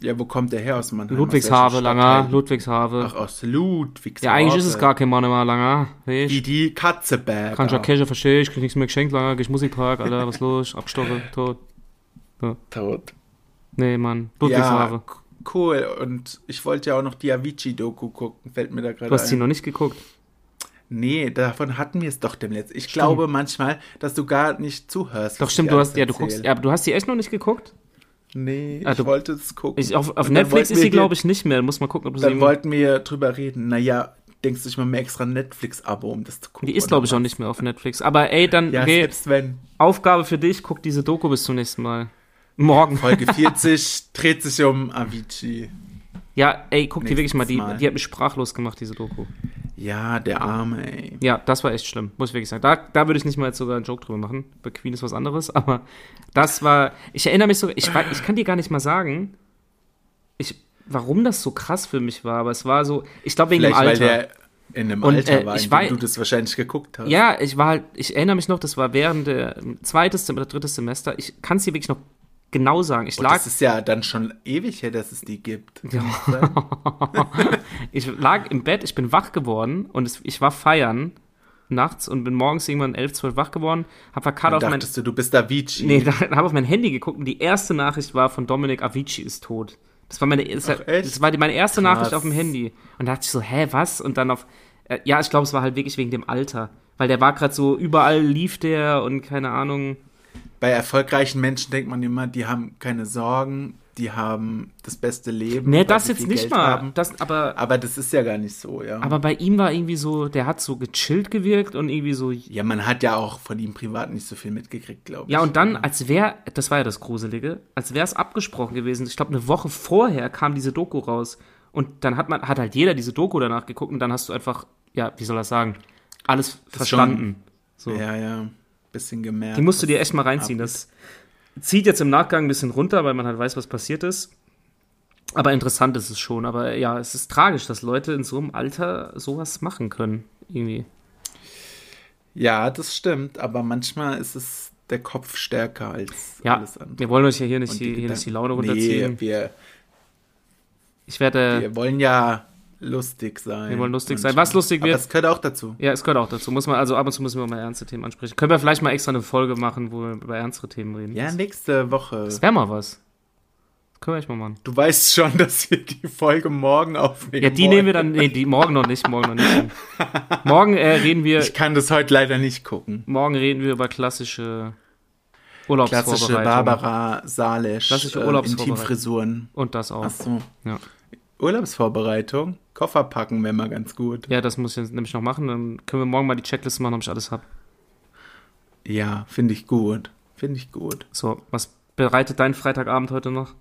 [SPEAKER 2] Ja, wo kommt der her aus Mannheim? Aus
[SPEAKER 1] Ludwigshave,
[SPEAKER 2] welchem
[SPEAKER 1] Langer,
[SPEAKER 2] Stadtteil?
[SPEAKER 1] Ludwigshave.
[SPEAKER 2] Ach, oh, aus Ludwigshafen.
[SPEAKER 1] Ja, eigentlich ist es gar kein Mann mehr, Langer. Ich
[SPEAKER 2] Wie die Katzeberger.
[SPEAKER 1] kann schon Cash verstehen, ich krieg nichts mehr geschenkt, Langer, geh ich Musikpark, Alter, was los, abgestochen, tot.
[SPEAKER 2] tot.
[SPEAKER 1] Nee, Mann, Ludwigshafe.
[SPEAKER 2] Ja, k- cool. Und ich wollte ja auch noch die Avicii-Doku gucken. Fällt mir da gerade
[SPEAKER 1] du hast die
[SPEAKER 2] ein.
[SPEAKER 1] noch nicht geguckt.
[SPEAKER 2] Nee, davon hatten wir es doch dem letzten. Ich glaube manchmal, dass du gar nicht zuhörst.
[SPEAKER 1] Doch
[SPEAKER 2] was
[SPEAKER 1] stimmt,
[SPEAKER 2] ich
[SPEAKER 1] du
[SPEAKER 2] alles
[SPEAKER 1] hast ja, du
[SPEAKER 2] erzähle.
[SPEAKER 1] guckst, ja, aber du hast die echt noch nicht geguckt?
[SPEAKER 2] Nee,
[SPEAKER 1] Ah,
[SPEAKER 2] ich
[SPEAKER 1] du-
[SPEAKER 2] wollte es gucken.
[SPEAKER 1] Ich, auf auf
[SPEAKER 2] Und dann
[SPEAKER 1] Netflix
[SPEAKER 2] wollten
[SPEAKER 1] ist
[SPEAKER 2] wir
[SPEAKER 1] die,
[SPEAKER 2] hier-
[SPEAKER 1] glaube ich, ähm, nicht mehr. Muss mal gucken, ob du sie
[SPEAKER 2] Dann
[SPEAKER 1] irgendwo-
[SPEAKER 2] wollten wir drüber reden. Naja, denkst du, ich mache mir extra ein Netflix-Abo, um das zu gucken?
[SPEAKER 1] Die ist, glaube ich, auch nicht mehr auf Netflix. Aber ey, dann
[SPEAKER 2] Ja,
[SPEAKER 1] geh.
[SPEAKER 2] selbst wenn.
[SPEAKER 1] Aufgabe für dich, guck diese Doku bis zum nächsten Mal. Morgen.
[SPEAKER 2] Folge 40 dreht sich um Avicii.
[SPEAKER 1] Ja, ey, guck dir wirklich
[SPEAKER 2] Nächstes
[SPEAKER 1] mal die.
[SPEAKER 2] Mal.
[SPEAKER 1] Die hat mich sprachlos gemacht, diese Doku.
[SPEAKER 2] Ja, der Arme, ey.
[SPEAKER 1] Ja, das war echt schlimm, muss ich wirklich sagen. Da, da würde ich nicht mal jetzt sogar einen Joke drüber machen. Bei Queen ist was anderes, aber das war. Ich erinnere mich so, ich, wei- ich kann dir gar nicht mal sagen, ich, warum das so krass für mich war, aber es war so. Ich glaube, wegen
[SPEAKER 2] Vielleicht,
[SPEAKER 1] dem Alter.
[SPEAKER 2] weil der in einem
[SPEAKER 1] Und,
[SPEAKER 2] Alter
[SPEAKER 1] äh,
[SPEAKER 2] war,
[SPEAKER 1] ich
[SPEAKER 2] in
[SPEAKER 1] wei-
[SPEAKER 2] dem du das wahrscheinlich geguckt hast.
[SPEAKER 1] Ja, ich war halt, ich erinnere mich noch, das war während der ähm, zweites Sem- oder drittes Semester. Ich kann es dir wirklich noch genau sagen. Ich
[SPEAKER 2] Und
[SPEAKER 1] lag,
[SPEAKER 2] das ist ja dann schon ewig her, dass es die gibt. Kann
[SPEAKER 1] Ja.
[SPEAKER 2] das sein?
[SPEAKER 1] ich lag im Bett, ich bin wach geworden und es, ich war feiern nachts und bin morgens irgendwann 11, 12 wach geworden, hab verkatert
[SPEAKER 2] Dann
[SPEAKER 1] auf mein,
[SPEAKER 2] dachtest du, du bist Avicii.
[SPEAKER 1] nee, da, hab auf mein Handy geguckt und die erste Nachricht war von Dominik Avicii ist tot. Das war meine, das,
[SPEAKER 2] Ach, echt?
[SPEAKER 1] das war die, meine erste Nachricht
[SPEAKER 2] Krass.
[SPEAKER 1] auf dem Handy. Und da dachte ich so, hä, was? Und dann auf, äh, ja, ich glaube, es war halt wirklich wegen dem Alter. Weil der war gerade so, überall lief der und keine Ahnung.
[SPEAKER 2] Bei erfolgreichen Menschen denkt man immer, die haben keine Sorgen, die haben das beste Leben.
[SPEAKER 1] Nee,
[SPEAKER 2] weil
[SPEAKER 1] Ne, das
[SPEAKER 2] sie
[SPEAKER 1] jetzt
[SPEAKER 2] viel
[SPEAKER 1] nicht
[SPEAKER 2] Geld
[SPEAKER 1] mal.
[SPEAKER 2] haben.
[SPEAKER 1] Das, aber,
[SPEAKER 2] Aber das ist ja gar nicht so, ja.
[SPEAKER 1] aber bei ihm war irgendwie so, der hat so gechillt gewirkt und irgendwie so.
[SPEAKER 2] ja, man hat ja auch von ihm privat nicht so viel mitgekriegt, glaube ich.
[SPEAKER 1] Ja, und dann, als wäre, das war ja das Gruselige, als wäre es abgesprochen gewesen. Ich glaube, eine Woche vorher kam diese Doku raus. Und dann hat man, hat halt jeder diese Doku danach geguckt und dann hast du einfach, ja, wie soll das sagen, alles
[SPEAKER 2] Das ist
[SPEAKER 1] verstanden.
[SPEAKER 2] Schon,
[SPEAKER 1] So.
[SPEAKER 2] Ja, ja. Bisschen gemerkt.
[SPEAKER 1] Die musst du
[SPEAKER 2] was
[SPEAKER 1] dir echt mal reinziehen.
[SPEAKER 2] abgeht.
[SPEAKER 1] Das zieht jetzt im Nachgang ein bisschen runter, weil man halt weiß, was passiert ist. Aber interessant ist es schon. Aber ja, es ist tragisch, dass Leute in so einem Alter sowas machen können. Irgendwie.
[SPEAKER 2] Ja, das stimmt, aber manchmal ist es der Kopf stärker als
[SPEAKER 1] Ja,
[SPEAKER 2] alles andere.
[SPEAKER 1] wir wollen euch ja hier nicht,
[SPEAKER 2] Und
[SPEAKER 1] die, hier nicht die
[SPEAKER 2] Gedanken-
[SPEAKER 1] Laune runterziehen.
[SPEAKER 2] Nee, wir,
[SPEAKER 1] ich werde.
[SPEAKER 2] wir wollen ja lustig sein.
[SPEAKER 1] Wir wollen lustig sein.
[SPEAKER 2] manchmal.
[SPEAKER 1] Was lustig wird-
[SPEAKER 2] Aber das gehört auch dazu.
[SPEAKER 1] Ja, es gehört auch dazu. Muss man, also ab und zu müssen wir mal ernste Themen ansprechen. Können wir vielleicht mal extra eine Folge machen, wo wir über ernstere Themen reden?
[SPEAKER 2] Ja, nächste Woche.
[SPEAKER 1] Das wäre mal was. Das können wir echt mal machen.
[SPEAKER 2] Du weißt schon, dass wir die Folge morgen aufnehmen.
[SPEAKER 1] Ja, die
[SPEAKER 2] wollen.
[SPEAKER 1] nehmen wir dann. Nee, die morgen noch nicht, morgen noch nicht. morgen äh, reden wir.
[SPEAKER 2] Ich kann das heute leider nicht gucken.
[SPEAKER 1] Morgen reden wir über klassische
[SPEAKER 2] Klassische
[SPEAKER 1] Urlaubsvorbereitung.
[SPEAKER 2] Barbara Salesch.
[SPEAKER 1] Klassische
[SPEAKER 2] äh,
[SPEAKER 1] Urlaubsvorbereitung.
[SPEAKER 2] Intimfrisuren.
[SPEAKER 1] Und das auch.
[SPEAKER 2] Ach so.
[SPEAKER 1] Ja.
[SPEAKER 2] Urlaubsvorbereitung. Koffer packen wäre mal ganz gut.
[SPEAKER 1] ja, das muss ich jetzt nämlich noch machen. Dann können wir morgen mal die Checkliste machen, ob ich alles habe.
[SPEAKER 2] Ja, finde ich gut. Finde ich gut.
[SPEAKER 1] So, was bereitet dein Freitagabend heute noch?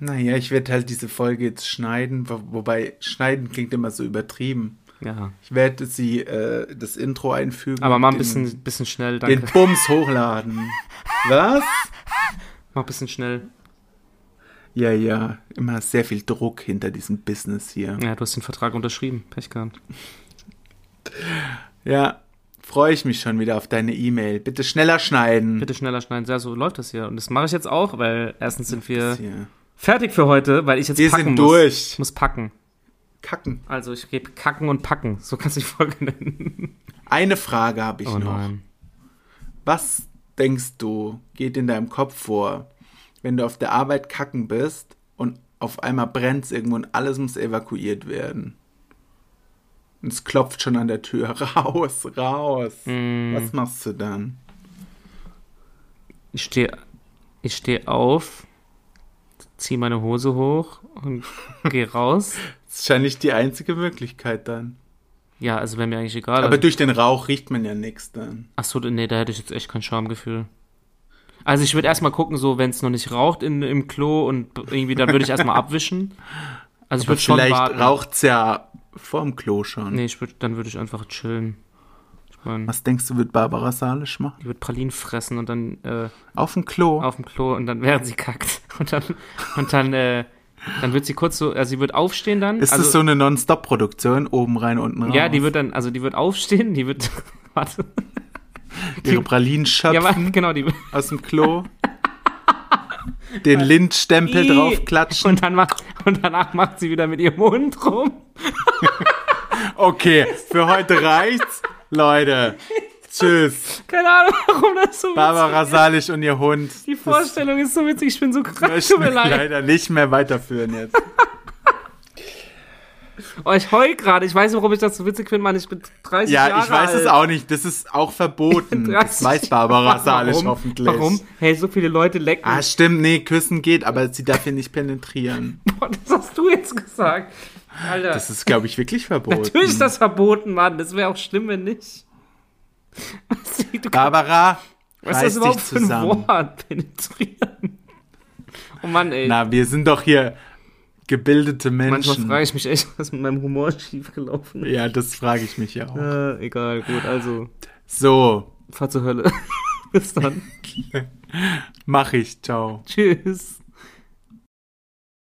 [SPEAKER 2] Naja, ich werde halt diese Folge jetzt schneiden, wo, wobei schneiden klingt immer so übertrieben.
[SPEAKER 1] Ja.
[SPEAKER 2] Ich werde sie, äh, das Intro einfügen.
[SPEAKER 1] Aber mal ein
[SPEAKER 2] den-
[SPEAKER 1] bisschen, bisschen schnell, danke.
[SPEAKER 2] Den Bums hochladen. Was?
[SPEAKER 1] Mal ein bisschen schnell.
[SPEAKER 2] Ja, ja, immer sehr viel Druck hinter diesem Business hier.
[SPEAKER 1] Ja, du hast den Vertrag unterschrieben. Pech gehabt.
[SPEAKER 2] Ja, freue ich mich schon wieder auf deine E-Mail. Bitte schneller schneiden.
[SPEAKER 1] Bitte schneller schneiden. Ja, so läuft das hier. Und das mache ich jetzt auch, weil erstens sind wir
[SPEAKER 2] Das hier.
[SPEAKER 1] fertig für heute, weil ich jetzt
[SPEAKER 2] Wir
[SPEAKER 1] packen
[SPEAKER 2] sind
[SPEAKER 1] muss.
[SPEAKER 2] durch.
[SPEAKER 1] Ich muss packen.
[SPEAKER 2] Kacken.
[SPEAKER 1] Also ich gebe kacken und packen. So kannst du die Folge nennen.
[SPEAKER 2] Eine Frage habe ich
[SPEAKER 1] Oh
[SPEAKER 2] noch.
[SPEAKER 1] nein.
[SPEAKER 2] Was denkst du, geht in deinem Kopf vor, wenn du auf der Arbeit kacken bist und auf einmal brennt irgendwo und alles muss evakuiert werden? Und es klopft schon an der Tür. Raus, raus.
[SPEAKER 1] Hm.
[SPEAKER 2] Was machst du dann?
[SPEAKER 1] Ich stehe ich steh auf, ziehe meine Hose hoch und gehe raus.
[SPEAKER 2] Das ist wahrscheinlich die einzige Möglichkeit dann.
[SPEAKER 1] Ja, also wäre mir eigentlich egal.
[SPEAKER 2] Aber durch den Rauch riecht man ja nichts dann.
[SPEAKER 1] Achso, nee, da hätte ich jetzt echt kein Schamgefühl. Also ich würde erstmal gucken, so wenn es noch nicht raucht in, im Klo und irgendwie, dann würde ich erstmal abwischen. Also ich würde schon
[SPEAKER 2] Vielleicht
[SPEAKER 1] warten.
[SPEAKER 2] raucht's ja vorm Klo schon.
[SPEAKER 1] Nee, ich würd, dann würde ich einfach chillen. Ich meine,
[SPEAKER 2] Was denkst du, wird Barbara Salisch machen?
[SPEAKER 1] die wird Pralinen fressen und dann äh,
[SPEAKER 2] Auf dem Klo.
[SPEAKER 1] auf dem Klo und dann während sie kackt. Und dann, und dann, äh, dann wird sie kurz so, also sie wird aufstehen dann.
[SPEAKER 2] ist
[SPEAKER 1] also,
[SPEAKER 2] das so eine Non-Stop-Produktion? Oben rein, unten raus?
[SPEAKER 1] Ja, die wird dann, also die wird aufstehen, die wird. Warte.
[SPEAKER 2] Ihre Pralinen
[SPEAKER 1] Ja,
[SPEAKER 2] schöpfen
[SPEAKER 1] aber, genau, die wird.
[SPEAKER 2] aus dem Klo. den Lindstempel draufklatschen.
[SPEAKER 1] Und, dann macht, und danach macht sie wieder mit ihrem Hund rum.
[SPEAKER 2] Okay, für heute reicht's. Leute, tschüss.
[SPEAKER 1] Keine Ahnung, warum das so
[SPEAKER 2] Barbara Salisch und ihr Hund.
[SPEAKER 1] witzig Die Vorstellung ist so witzig, ich bin so krass.
[SPEAKER 2] Das
[SPEAKER 1] Tut mir
[SPEAKER 2] möchten wir
[SPEAKER 1] leid.
[SPEAKER 2] leider nicht mehr weiterführen jetzt.
[SPEAKER 1] Oh, ich heul gerade. Ich weiß nicht, warum ich das so witzig finde, Mann. Ich bin 30 Jahre
[SPEAKER 2] Ja, ich weiß
[SPEAKER 1] alt.
[SPEAKER 2] es auch nicht. Das ist auch verboten. Das
[SPEAKER 1] 30
[SPEAKER 2] weiß Barbara
[SPEAKER 1] Jahre.
[SPEAKER 2] Salisch
[SPEAKER 1] Warum?
[SPEAKER 2] hoffentlich.
[SPEAKER 1] Warum? Hey, so viele Leute lecken.
[SPEAKER 2] Ah, stimmt, nee, küssen geht, aber sie darf hier nicht penetrieren.
[SPEAKER 1] Boah, das hast du jetzt gesagt. Alter,
[SPEAKER 2] Das ist, glaube ich, wirklich verboten.
[SPEAKER 1] natürlich ist das verboten, Mann. Das wäre auch schlimm, wenn nicht. Was, du,
[SPEAKER 2] Barbara,
[SPEAKER 1] was ist
[SPEAKER 2] reiß
[SPEAKER 1] das überhaupt
[SPEAKER 2] dich
[SPEAKER 1] für ein
[SPEAKER 2] zusammen.
[SPEAKER 1] Wort? Penetrieren. Oh Mann, ey.
[SPEAKER 2] Na, wir sind doch hier gebildete
[SPEAKER 1] Manchmal
[SPEAKER 2] Menschen.
[SPEAKER 1] frage ich mich echt, was mit meinem Humor schiefgelaufen ist.
[SPEAKER 2] ja, das frage ich mich ja auch.
[SPEAKER 1] Äh, egal, gut, also,
[SPEAKER 2] So,
[SPEAKER 1] fahr zur Hölle. Bis dann.
[SPEAKER 2] mach ich. Ciao.
[SPEAKER 1] Tschüss.